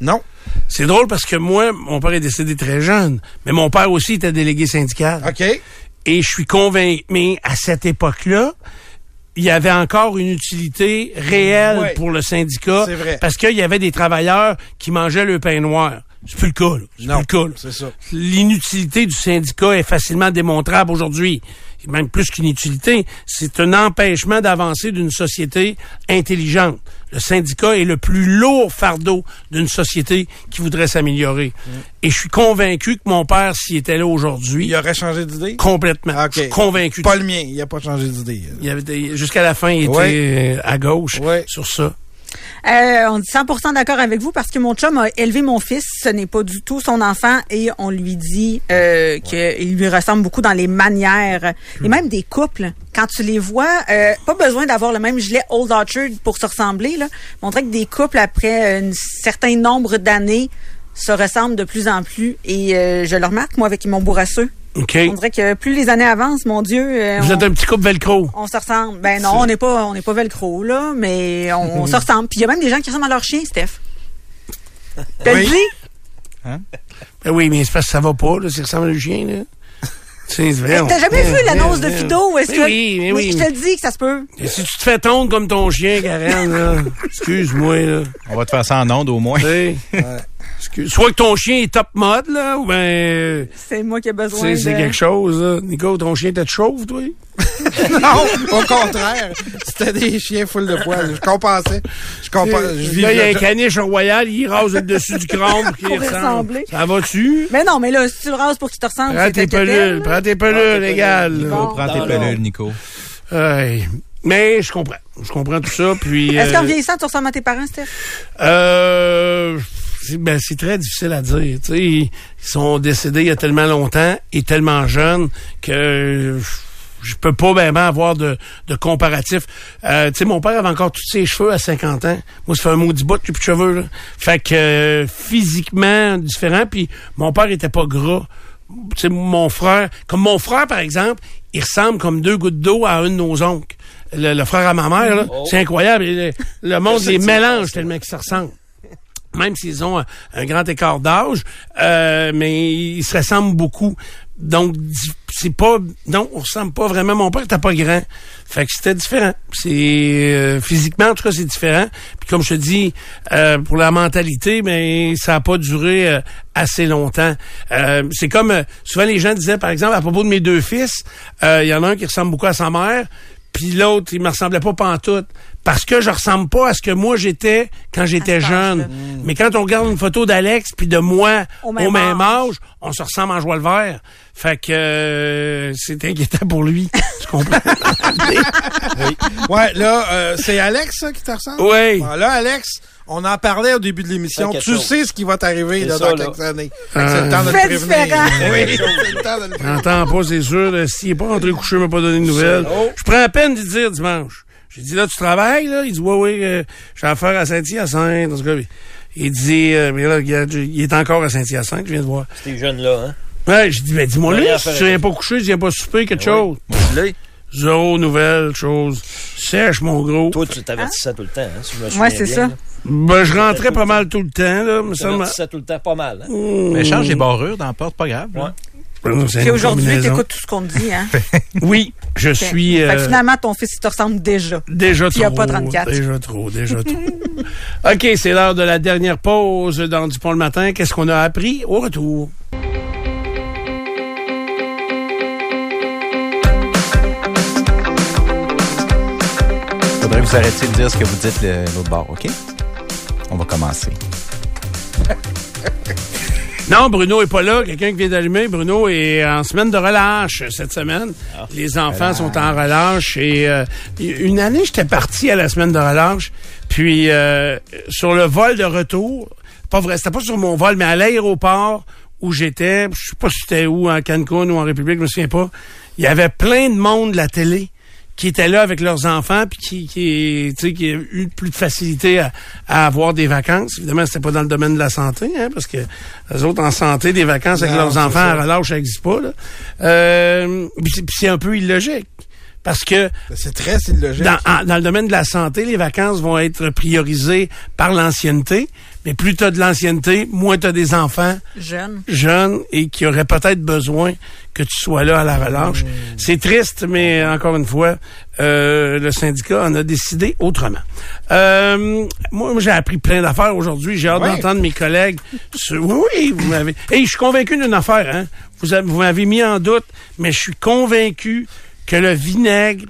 A: Non.
D: C'est drôle parce que moi, mon père est décédé très jeune, mais mon père aussi était délégué syndical.
A: OK.
D: Et je suis convaincu, mais à cette époque-là, il y avait encore une utilité réelle
A: Ouais.
D: pour le syndicat.
A: C'est vrai.
D: Parce qu'il y avait des travailleurs qui mangeaient le pain noir. C'est plus le cas, là. C'est
A: Non,
D: plus le cas, là.
A: c'est ça.
D: L'inutilité du syndicat est facilement démontrable aujourd'hui. Et Même plus qu'une utilité, c'est un empêchement d'avancer d'une société intelligente. Le syndicat est le plus lourd fardeau d'une société qui voudrait s'améliorer. Et je suis convaincu que mon père, s'il était là aujourd'hui,
A: Mm. Il aurait changé d'idée?
D: Complètement.
A: Ah, ok.
D: Je suis convaincu.
A: Pas le mien, il n'a pas changé d'idée.
D: Il avait été- jusqu'à la fin, il était
A: Ouais.
D: euh, à gauche
A: Ouais.
D: sur ça.
E: Euh, on dit 100% d'accord avec vous parce que mon chum a élevé mon fils. Ce n'est pas du tout son enfant et on lui dit euh, qu'il lui ressemble beaucoup dans les manières
D: Hmm.
E: et même des couples. Quand tu les vois, euh, pas besoin d'avoir le même gilet Old Orchard pour se ressembler. Là. On dirait que des couples après euh, un certain nombre d'années se ressemblent de plus en plus et euh, je le remarque moi avec mon bourrasseux.
D: OK.
E: On dirait que plus les années avancent, mon Dieu. euh,
D: Vous
E: on-
D: êtes un petit couple velcro.
E: on se ressemble. Ben non, on n'est pas, on n'est pas velcro, là, mais on, on se ressemble. Puis il y a même des gens qui ressemblent à leur chien, Steph. T'as
D: Oui.
E: dit?
D: Ben oui, mais c'est parce que ça va pas, là. C'est ressemble à un chien, là. C'est vrai. Eh, on- eh,
E: T'as jamais vu
D: Ouais,
E: l'annonce de
D: ouais, ouais.
E: Fido? où Est-ce
D: Mais
E: que,
D: oui, mais oui.
E: Je te le dis que ça se peut.
D: Et si tu te fais tondre comme ton chien, Karen, là, excuse-moi, là.
C: On va te faire ça en onde au moins.
D: Tu sais, excuse- Soit que ton chien est top mode, là, ou ben.
E: C'est moi qui ai
D: tu
E: besoin
D: sais,
E: de...
D: C'est quelque chose, là. Nico, ton chien était chauve, toi?
A: non, au contraire. C'était des chiens full de poils. Je compensais. Je compensais. Je
D: Là, il y a un
A: vivais.
D: caniche royal, il rase le dessus du crâne pour qu'il
E: Pour
D: ressemble.
E: ressembler.
D: Ça va-tu?
E: Mais non, mais là, si tu le rases pour qu'il te ressemble,
D: Prends
E: c'est
D: tes
E: inquiétant,
D: pelules,
E: là.
D: prends tes pelules, les gars. là.
E: Bon.
C: Prends tes pelules, Nico.
D: Aïe. Mais je comprends. Je comprends tout ça, puis...
E: Est-ce qu'en
D: euh,
E: vieillissant, tu ressembles à tes parents, Steph?
D: Euh, c'est- ben, c'est très difficile à dire. tu sais. ils sont décédés il y a tellement longtemps et tellement jeunes que je peux pas vraiment avoir de, de comparatif. Euh, tu sais, mon père avait encore tous ses cheveux à 50 ans. Moi, ça fait un maudit bout, j'ai plus de cheveux. Là. Fait que euh, physiquement différent. Puis mon père était pas gras. Tu sais, mon frère, comme mon frère, par exemple, il ressemble comme deux gouttes d'eau à un de nos oncles. Le, le frère à ma mère, là, c'est incroyable. Le, le monde les mélange tellement qu'ils se ressemblent même s'ils ont un, un grand écart d'âge, euh, mais ils se ressemblent beaucoup. Donc, di- c'est pas. Non, on ressemble pas vraiment. Mon père était pas grand. Fait que c'était différent. C'est. euh, physiquement, en tout cas, c'est différent. Puis comme je te dis, euh, pour la mentalité, mais ça a pas duré euh, assez longtemps. Euh, c'est comme. euh, souvent, les gens disaient, par exemple, à propos de mes deux fils, euh, il y en a un qui ressemble beaucoup à sa mère, puis l'autre, il me ressemblait pas pantoute. Parce que je ressemble pas à ce que moi j'étais quand j'étais
E: cet
D: jeune.
E: âge-là.
D: Mais quand on regarde une photo d'Alex puis de moi au
E: Mm. Au
D: même,
E: même
D: âge. on se ressemble en joie le vert. Fait que euh, c'est inquiétant pour lui. tu comprends?
A: Ouais, là, euh, c'est Alex ça, qui te ressemble?
D: Oui.
A: Bon, là, Alex, on en parlait au début de l'émission.
B: Fait quelque
A: Tu
B: chose.
A: sais ce qui va t'arriver
B: C'est
A: là,
B: ça,
A: dans
B: là.
A: quelques années.
D: Euh,
A: Fait que C'est le temps de
E: Fait
A: le prévenir.
E: différent.
A: Oui, c'est le temps de le prévenir.
D: J'entends pas, c'est sûr. là, S'il est pas rentré couché, il m'a pas donné de nouvelles. Je prends à peine de lui dire dimanche. J'ai dit, là, tu travailles, là? Il dit, ouais, oui, euh, j'ai affaire à Saint-Hyacinthe. En tout cas, il dit, euh, mais là, regarde, j'ai- il est encore à Saint-Hyacinthe, je viens de voir.
B: Ces jeunes-là, hein?
D: Ouais, j'ai dit, ben, dis-moi,
B: Rien
D: là,
B: à
D: si
B: faire
D: tu
B: avec
D: viens pas coucher, si tu viens pas souper, quelque chose.
B: Moi, je l'ai.
D: Zéro nouvelle chose. Sèche, mon gros.
B: Toi, tu t'avertissais tout le temps, hein, si je me souviens
E: Ouais, c'est
B: bien,
E: ça.
B: là.
D: Ben, je rentrais pas mal tout le temps, là. me
B: Tu
D: semble-
B: t'avertissais tout le temps pas mal, hein?
C: Mais change les barrures dans la porte, pas grave. là.
B: Ouais.
D: Ah, Non, c'est
E: Puis
D: une
E: aujourd'hui,
D: combinaison.
E: t'écoutes tout ce qu'on te dit, hein?
D: Oui, je suis
E: Fait
D: euh,
E: que finalement, ton fils, il te ressemble déjà.
D: déjà trop.
E: il y a pas 34.
D: Déjà trop, déjà trop. OK, c'est l'heure de la dernière pause dans Dupont le matin. Qu'est-ce qu'on a appris au retour?
C: Faudrait vous arrêter de dire ce que vous dites le- l'autre bord, OK? On va commencer.
D: Non, Bruno est pas là. Quelqu'un qui vient d'allumer. Bruno est en semaine de relâche euh, cette semaine. Les enfants sont en relâche. Et euh, une année, j'étais parti à la semaine de relâche. Puis euh, sur le vol de retour, pas vrai, c'était pas sur mon vol, mais à l'aéroport où j'étais, je sais pas si c'était où, en Cancun ou en République, je me souviens pas. Il y avait plein de monde de la télé qui étaient là avec leurs enfants puis qui qui, tu sais, qui a eu plus de facilité à, à avoir des vacances. Évidemment, c'était pas dans le domaine de la santé, hein, parce que les autres en santé, des vacances avec leurs enfants à relâche, ça n'existe pas. Là. Euh, puis c'est- puis c'est un peu illogique. Parce que
A: C'est très illogique.
D: dans, en- dans le domaine de la santé, les vacances vont être priorisées par l'ancienneté. Mais plus tu de l'ancienneté, moins tu as des enfants
E: Jeune.
D: jeunes et qui auraient peut-être besoin que tu sois là à la
A: Mmh.
D: relâche. C'est triste, mais encore une fois, euh, le syndicat en a décidé autrement. Euh, moi, moi, j'ai appris plein d'affaires aujourd'hui. J'ai hâte
A: Ouais.
D: d'entendre mes collègues. sur- Oui, oui, vous m'avez... Hey, je suis convaincu d'une affaire. Hein? Vous, avez- vous m'avez mis en doute, mais je suis convaincu que le vinaigre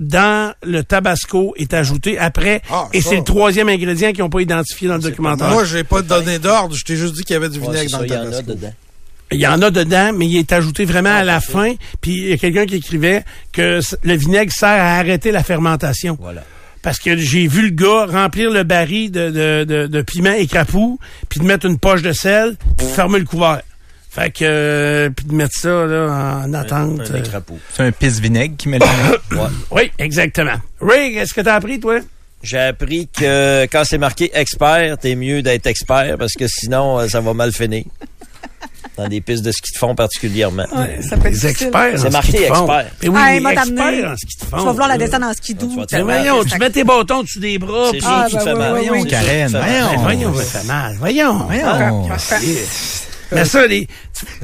D: dans le tabasco est ajouté après.
A: Ah,
D: et
A: ça.
D: c'est le troisième ingrédient qu'ils n'ont pas identifié dans le documentaire.
A: Moi, j'ai pas donné d'ordre. Je t'ai juste dit qu'il y avait du
B: Ouais, c'est
A: vinaigre dans
B: ça,
A: le
B: il y en a
A: tabasco.
B: dedans.
D: Il y en a dedans, mais il est ajouté vraiment à
B: Ah,
D: la fin. Puis il y a quelqu'un qui écrivait que s- le vinaigre sert à arrêter la fermentation.
B: Voilà.
D: parce que j'ai vu le gars remplir le baril de, de, de, de piment et capou, puis de mettre une poche de sel, puis de fermer le couvert. Fait que, euh, puis de mettre ça là, en attente. euh.
C: C'est un pisse vinaigre qui met le
D: Oui, exactement. Ray, qu'est-ce que t'as appris, toi?
B: J'ai appris que quand c'est marqué expert, t'es mieux d'être expert parce que sinon, euh, ça va mal finir. Dans des pistes de ski de fond particulièrement.
E: Ouais, ça
D: Ben,
E: peut être
D: Les
E: difficile.
D: experts.
B: C'est
D: en
B: marqué
D: ski de fond.
B: expert.
D: Mais Eh oui,
E: Ah,
D: les
E: il m'a
D: experts
E: amené.
D: en ski de
E: Tu
D: fond.
E: vas vouloir la
D: là.
E: descendre en
B: vas
E: skidoo.
B: te
D: Mais
B: faire
E: tellement.
D: voyons, tu mets tes bâtons dessus des bras.
B: C'est
D: puis-
B: sûr
E: Ah,
B: que tu te
E: ben
B: fais
E: oui,
B: mal.
E: oui,
B: C'est
E: oui.
B: sûr que tu te
C: Karen,
B: fais mal.
C: voyons.
D: Ben, voyons, ça fait mal. Voyons.
B: Ah,
C: Voyons.
D: Oh, Mais ça, les,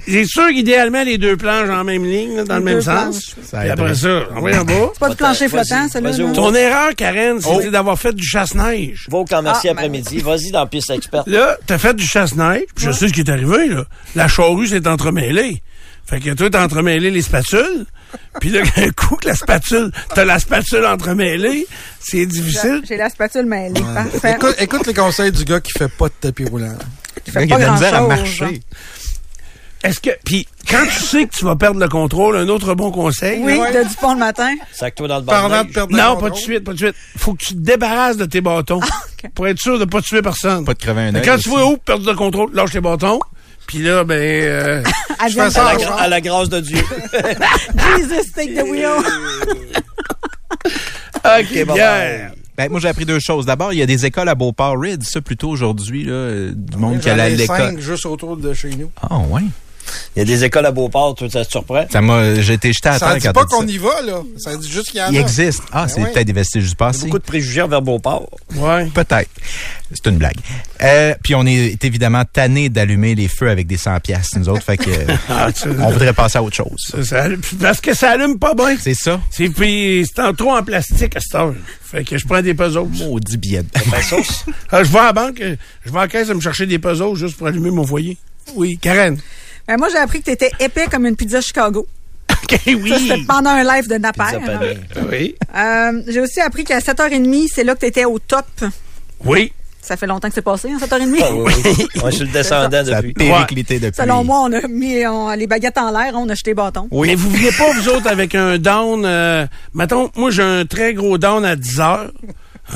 D: c'est sûr qu'idéalement, les deux planches en même ligne, là, dans le
E: Les
D: même
E: deux
D: sens.
C: Ça
D: Puis
C: aiderait.
D: après ça, envoyez en bas.
E: C'est pas du plancher
B: Vas-y,
E: flottant, celui-là.
B: vas-y,
E: non?
B: au-
D: Ton erreur, Karen, c'était d'avoir fait du chasse-neige.
B: Va au camp merci
E: Ah, ben-
B: après-midi. Vas-y dans piste experte.
D: Là, t'as fait du chasse-neige, puis je sais ce qui est arrivé, là. La charrue s'est entremêlée. Fait que toi, t'as entremêlé les spatules, puis là, un coup que la spatule, t'as la spatule entremêlée, c'est difficile.
E: J'ai la spatule mêlée. Parfait.
A: Écoute, écoute les conseils du gars qui fait pas de tapis roulant.
E: Tu
C: gars
E: fais
C: qui a
E: pas
C: de la misère à
E: grand-chose, hein.
C: marcher.
D: Est-ce que, puis quand tu sais que tu vas perdre le contrôle, un autre bon conseil,
E: Oui,
D: là,
E: de Dupont le matin.
B: Sac-toi dans le banc de
A: Parlant de
B: neige.
A: perdre le
D: Non,
A: contrôle.
D: pas tout de suite, pas tout de suite. Faut que tu te débarrasses de tes bâtons. Pour être sûr de pas tuer personne.
C: Pas de crever un
D: Mais
C: œil
D: Quand
C: aussi.
D: tu vois où perdre le contrôle, lâche tes bâtons. Puis là, ben, euh,
E: Advienne
A: fais ça
E: que
B: À la
A: en
E: pourra.
B: gra- à la grâce de Dieu.
E: Jesus, take the wheel.
D: OK,
B: bye-bye.
D: Pierre.
C: Ben, moi, j'ai appris deux choses. D'abord, il y a des écoles à Beauport Ridge, ça, plutôt aujourd'hui, là, euh, du monde qui
A: J'en
C: allait à
A: ai
C: l'école.
A: cinq juste autour de chez nous.
C: Ah, ouais.
B: Il y a des écoles à Beauport, toi, ça te surprend?
C: Ça m'a, j'ai été jeté à
A: Ça
C: terre
A: dit
C: quand
A: pas
C: t'as dit
A: qu'on
C: ça.
A: y va, là. Ça dit juste qu'il y en a.
C: Il existe. Ah, c'est
A: oui.
C: peut-être des vestiges du passé.
B: Beaucoup de préjugés envers Beauport.
D: Ouais.
C: Peut-être. C'est une blague. Euh, puis on est évidemment tanné d'allumer les feux avec des 100 piastres, nous autres. fait que, euh,
D: Ah, tu-
C: on voudrait passer à autre chose.
D: ça- ça- parce que ça allume pas bien.
C: C'est ça?
D: C'est puis c'est en trop en plastique à cette heure. Fait que je prends des puzzles.
C: Maudit billet.
B: La sauce.
D: Ah, je vais à la banque, euh, je vais en caisse à me chercher des puzzles juste pour allumer mon foyer. Oui, Karen.
E: Ben, moi, j'ai appris que t'étais épais comme une pizza Chicago.
D: OK,
E: Ça, c'était
D: oui.
E: pendant un live de
B: Pizza
E: Napper.
A: hein?
B: panée.
D: Oui.
E: Euh, j'ai aussi appris qu'à 7h30, c'est là que t'étais au top.
D: Oui.
E: Ça fait longtemps que c'est passé, hein, 7h30?
B: Ah, oui, oui. Moi, je suis le descendant
C: Ça a
B: depuis.
C: périclité depuis.
E: Selon moi, on a mis on- les baguettes en l'air, on a jeté les bâtons.
C: Oui.
D: Mais vous venez pas, vous autres, avec un down. Euh, mettons, moi, j'ai un très gros down à 10 heures.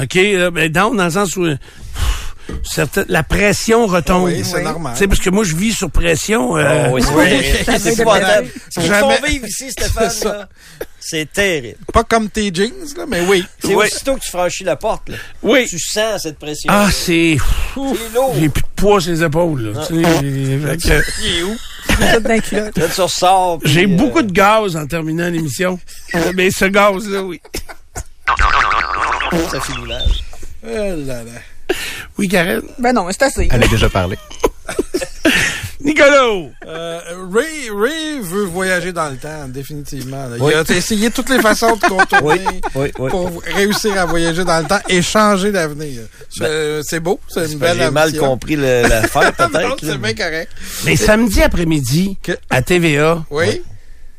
D: OK? euh, ben, down dans le sens où. euh, pff, certaines- la pression retombe.
A: Oui, c'est
E: Oui.
A: normal.
D: Tu sais, parce que moi, je vis sur pression. euh,
B: Oh, oui, c'est
E: Oui.
B: terrible.
E: Ça
B: C'est
E: fait
B: épouvantable.
E: des
B: Ce qu'ils font
D: Jamais.
B: vivre ici, Stéphane,
A: C'est ça.
B: là, c'est terrible.
A: Pas comme tes jeans, là, mais oui.
B: C'est
D: Oui.
B: aussitôt que tu franchis la porte, là,
D: Oui.
B: tu sens cette pression.
D: Ah, c'est.
B: C'est lourd.
D: J'ai plus de poids sur les épaules. là, tu sais, j'ai-
A: Ah.
D: fait que-
B: Il est où?
E: Tout d'un culotte.
B: Là, tu ressors. puis,
D: J'ai
B: euh,
D: beaucoup de gaz en terminant l'émission. Mais ce gaz-là, oui.
B: Ça finit mal.
A: Oh là là.
D: Oui, Karen.
E: Ben non, c'est assez.
C: Elle a déjà parlé.
D: Nicolas!
A: Euh, Ray, Ray veut voyager dans le temps, définitivement. là. Il a essayé toutes les façons de contourner
B: oui, oui.
A: pour réussir à voyager dans le temps et changer d'avenir. C'est
B: Ben,
A: c'est beau, c'est une belle
B: J'ai mal
A: ambition.
B: compris le- l'affaire,
A: Non,
B: peut-être. là.
A: c'est bien correct.
D: Mais samedi après-midi,
A: Que-
D: à TVA,
A: Oui.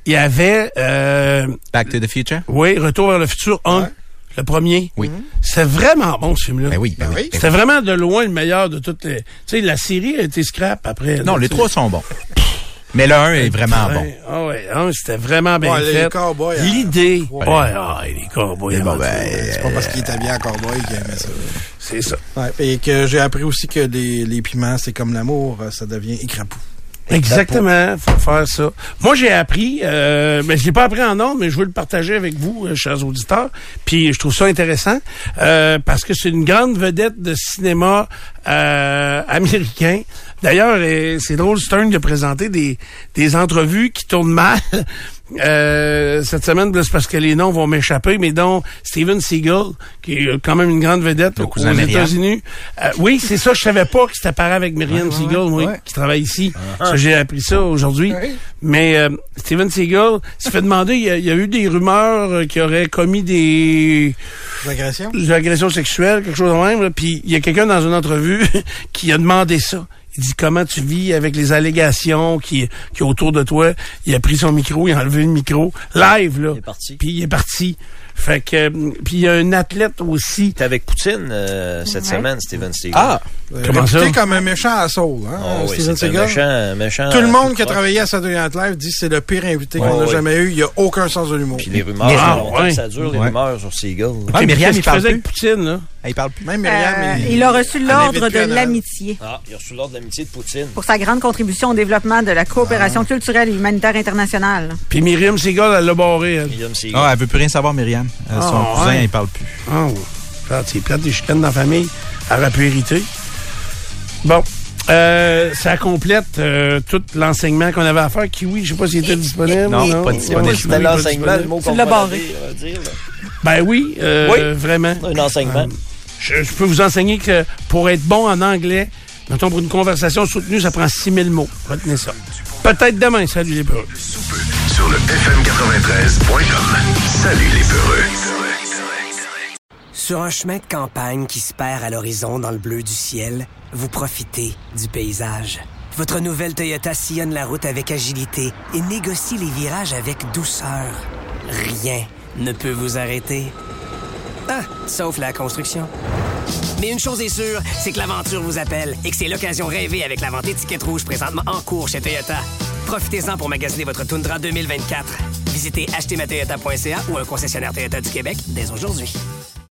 D: il y avait. euh,
C: Back to the future?
D: Oui, Retour vers le futur 1, le premier.
C: Oui.
D: C'est vraiment bon, ce film-là.
C: Ben oui, ben
A: Ben
C: oui.
A: oui.
D: C'était vraiment de loin le meilleur de toutes les... Tu sais, la série a été scrap après.
C: Non,
D: là,
C: les
D: tu
C: trois sont bons. Mais le un est vraiment
D: sais.
C: bon.
D: Ouais, ah ouais, hein, c'était vraiment bien
A: Ouais, les
D: fait.
A: cowboys, hein.
D: L'idée. Ouais, ah, les cowboys.
C: Mais bon,
D: hein,
C: ben,
A: C'est pas parce qu'il est habillé en cowboy qu'il aimait ça.
D: C'est ça.
A: Ouais, et que j'ai appris aussi que les, les piments, c'est comme l'amour, euh, ça devient écrapou.
D: Exactement, faut faire ça. Moi, j'ai appris, euh, mais je l'ai pas appris en ordre, mais je veux le partager avec vous, euh, chers auditeurs. Puis je trouve ça intéressant euh, parce que c'est une grande vedette de cinéma euh, américain. D'ailleurs, euh, c'est drôle, Stern de présenter des, des entrevues qui tournent mal. Euh, cette semaine, là, c'est parce que les noms vont m'échapper, mais dont Steven Seagal, qui est euh, quand même une grande vedette
C: Le
D: aux
C: cousin Myriam.
D: États-Unis. Euh, oui, c'est ça, je savais pas que c'était pareil avec Myriam Seagal, moi,
C: ouais.
D: qui travaille ici.
B: Ah.
D: Ça, J'ai appris ça aujourd'hui. Mais euh, Steven Seagal s'est fait demander, il y, a, il y a eu des rumeurs euh, qu'il aurait commis des,
A: L'agression?
D: des agressions sexuelles, quelque chose de même. là. Puis il y a quelqu'un dans une entrevue qui a demandé ça. Il dit comment tu vis avec les allégations qui qui est autour de toi. Il a pris son micro, il a enlevé le micro live là.
B: Il est parti.
D: Puis il est parti. Fait que euh, puis il y a un athlète aussi
B: T'es avec Poutine euh, cette
E: Ouais.
B: semaine, Steven Seagal.
C: Ah!
D: Comment ça?
A: Euh, Réputé comme un méchant à Soul, hein,
B: Oh oui,
A: Steven
B: c'est un
A: Seagal.
B: méchant- méchant
A: Tout le
B: à
A: monde
B: tout
A: qui a
B: croche.
A: travaillé à Saturday Night Live dit que c'est le pire invité
B: Ouais,
A: qu'on a
B: ouais.
A: jamais eu. Il n'y a aucun sens de l'humour.
B: Puis les rumeurs,
A: Ah,
B: ça fait longtemps
A: ouais.
B: que ça dure, les
A: Ouais.
B: rumeurs sur Seagal.
C: Ah, Myriam, il parle plus.
D: Poutine, là.
C: Il parle plus.
A: Même
E: Euh, il a reçu l'ordre de l'amitié
B: Ah, il a reçu l'ordre de l'amitié de Poutine.
A: Ah.
E: pour sa grande contribution au développement de la coopération culturelle et humanitaire internationale.
D: Puis Myriam Seagal, elle l'a barré. Elle.
C: Ah, elle veut plus rien savoir, Myriam. Euh, son
D: Ah,
C: cousin,
D: ouais.
C: il parle plus.
D: Ah, ouais. Plate, C'est plate des chicanes dans la famille. Elle aurait pu hériter. Bon. Euh, ça complète euh, tout l'enseignement qu'on avait à faire. Kiwi, je sais pas s'il était disponible.
B: Non, pas disponible.
D: Kiwi,
B: C'était
D: pas
B: l'enseignement, le mot
D: disponible.
B: qu'on va barré. dire. là.
D: Ben oui, euh,
B: Oui.
D: vraiment.
B: Un enseignement.
A: Ah.
D: Euh, je, je peux vous enseigner que pour être bon en anglais, mettons pour une conversation soutenue, ça prend 6000 mots. Retenez ça. Peut-être demain, salut les peureux.
H: Sur le FM93.com. Salut les peureux.
K: Sur un chemin de campagne qui se perd à l'horizon dans le bleu du ciel, vous profitez du paysage. Votre nouvelle Toyota sillonne la route avec agilité et négocie les virages avec douceur. Rien ne peut vous arrêter. Ah, sauf la construction. Mais une chose est sûre, c'est que l'aventure vous appelle et que c'est l'occasion rêvée avec la vente étiquette rouge présentement en cours chez Toyota. Profitez-en pour magasiner votre Tundra 2024. Visitez achetermatoyota.ca ou un concessionnaire Toyota du Québec dès aujourd'hui.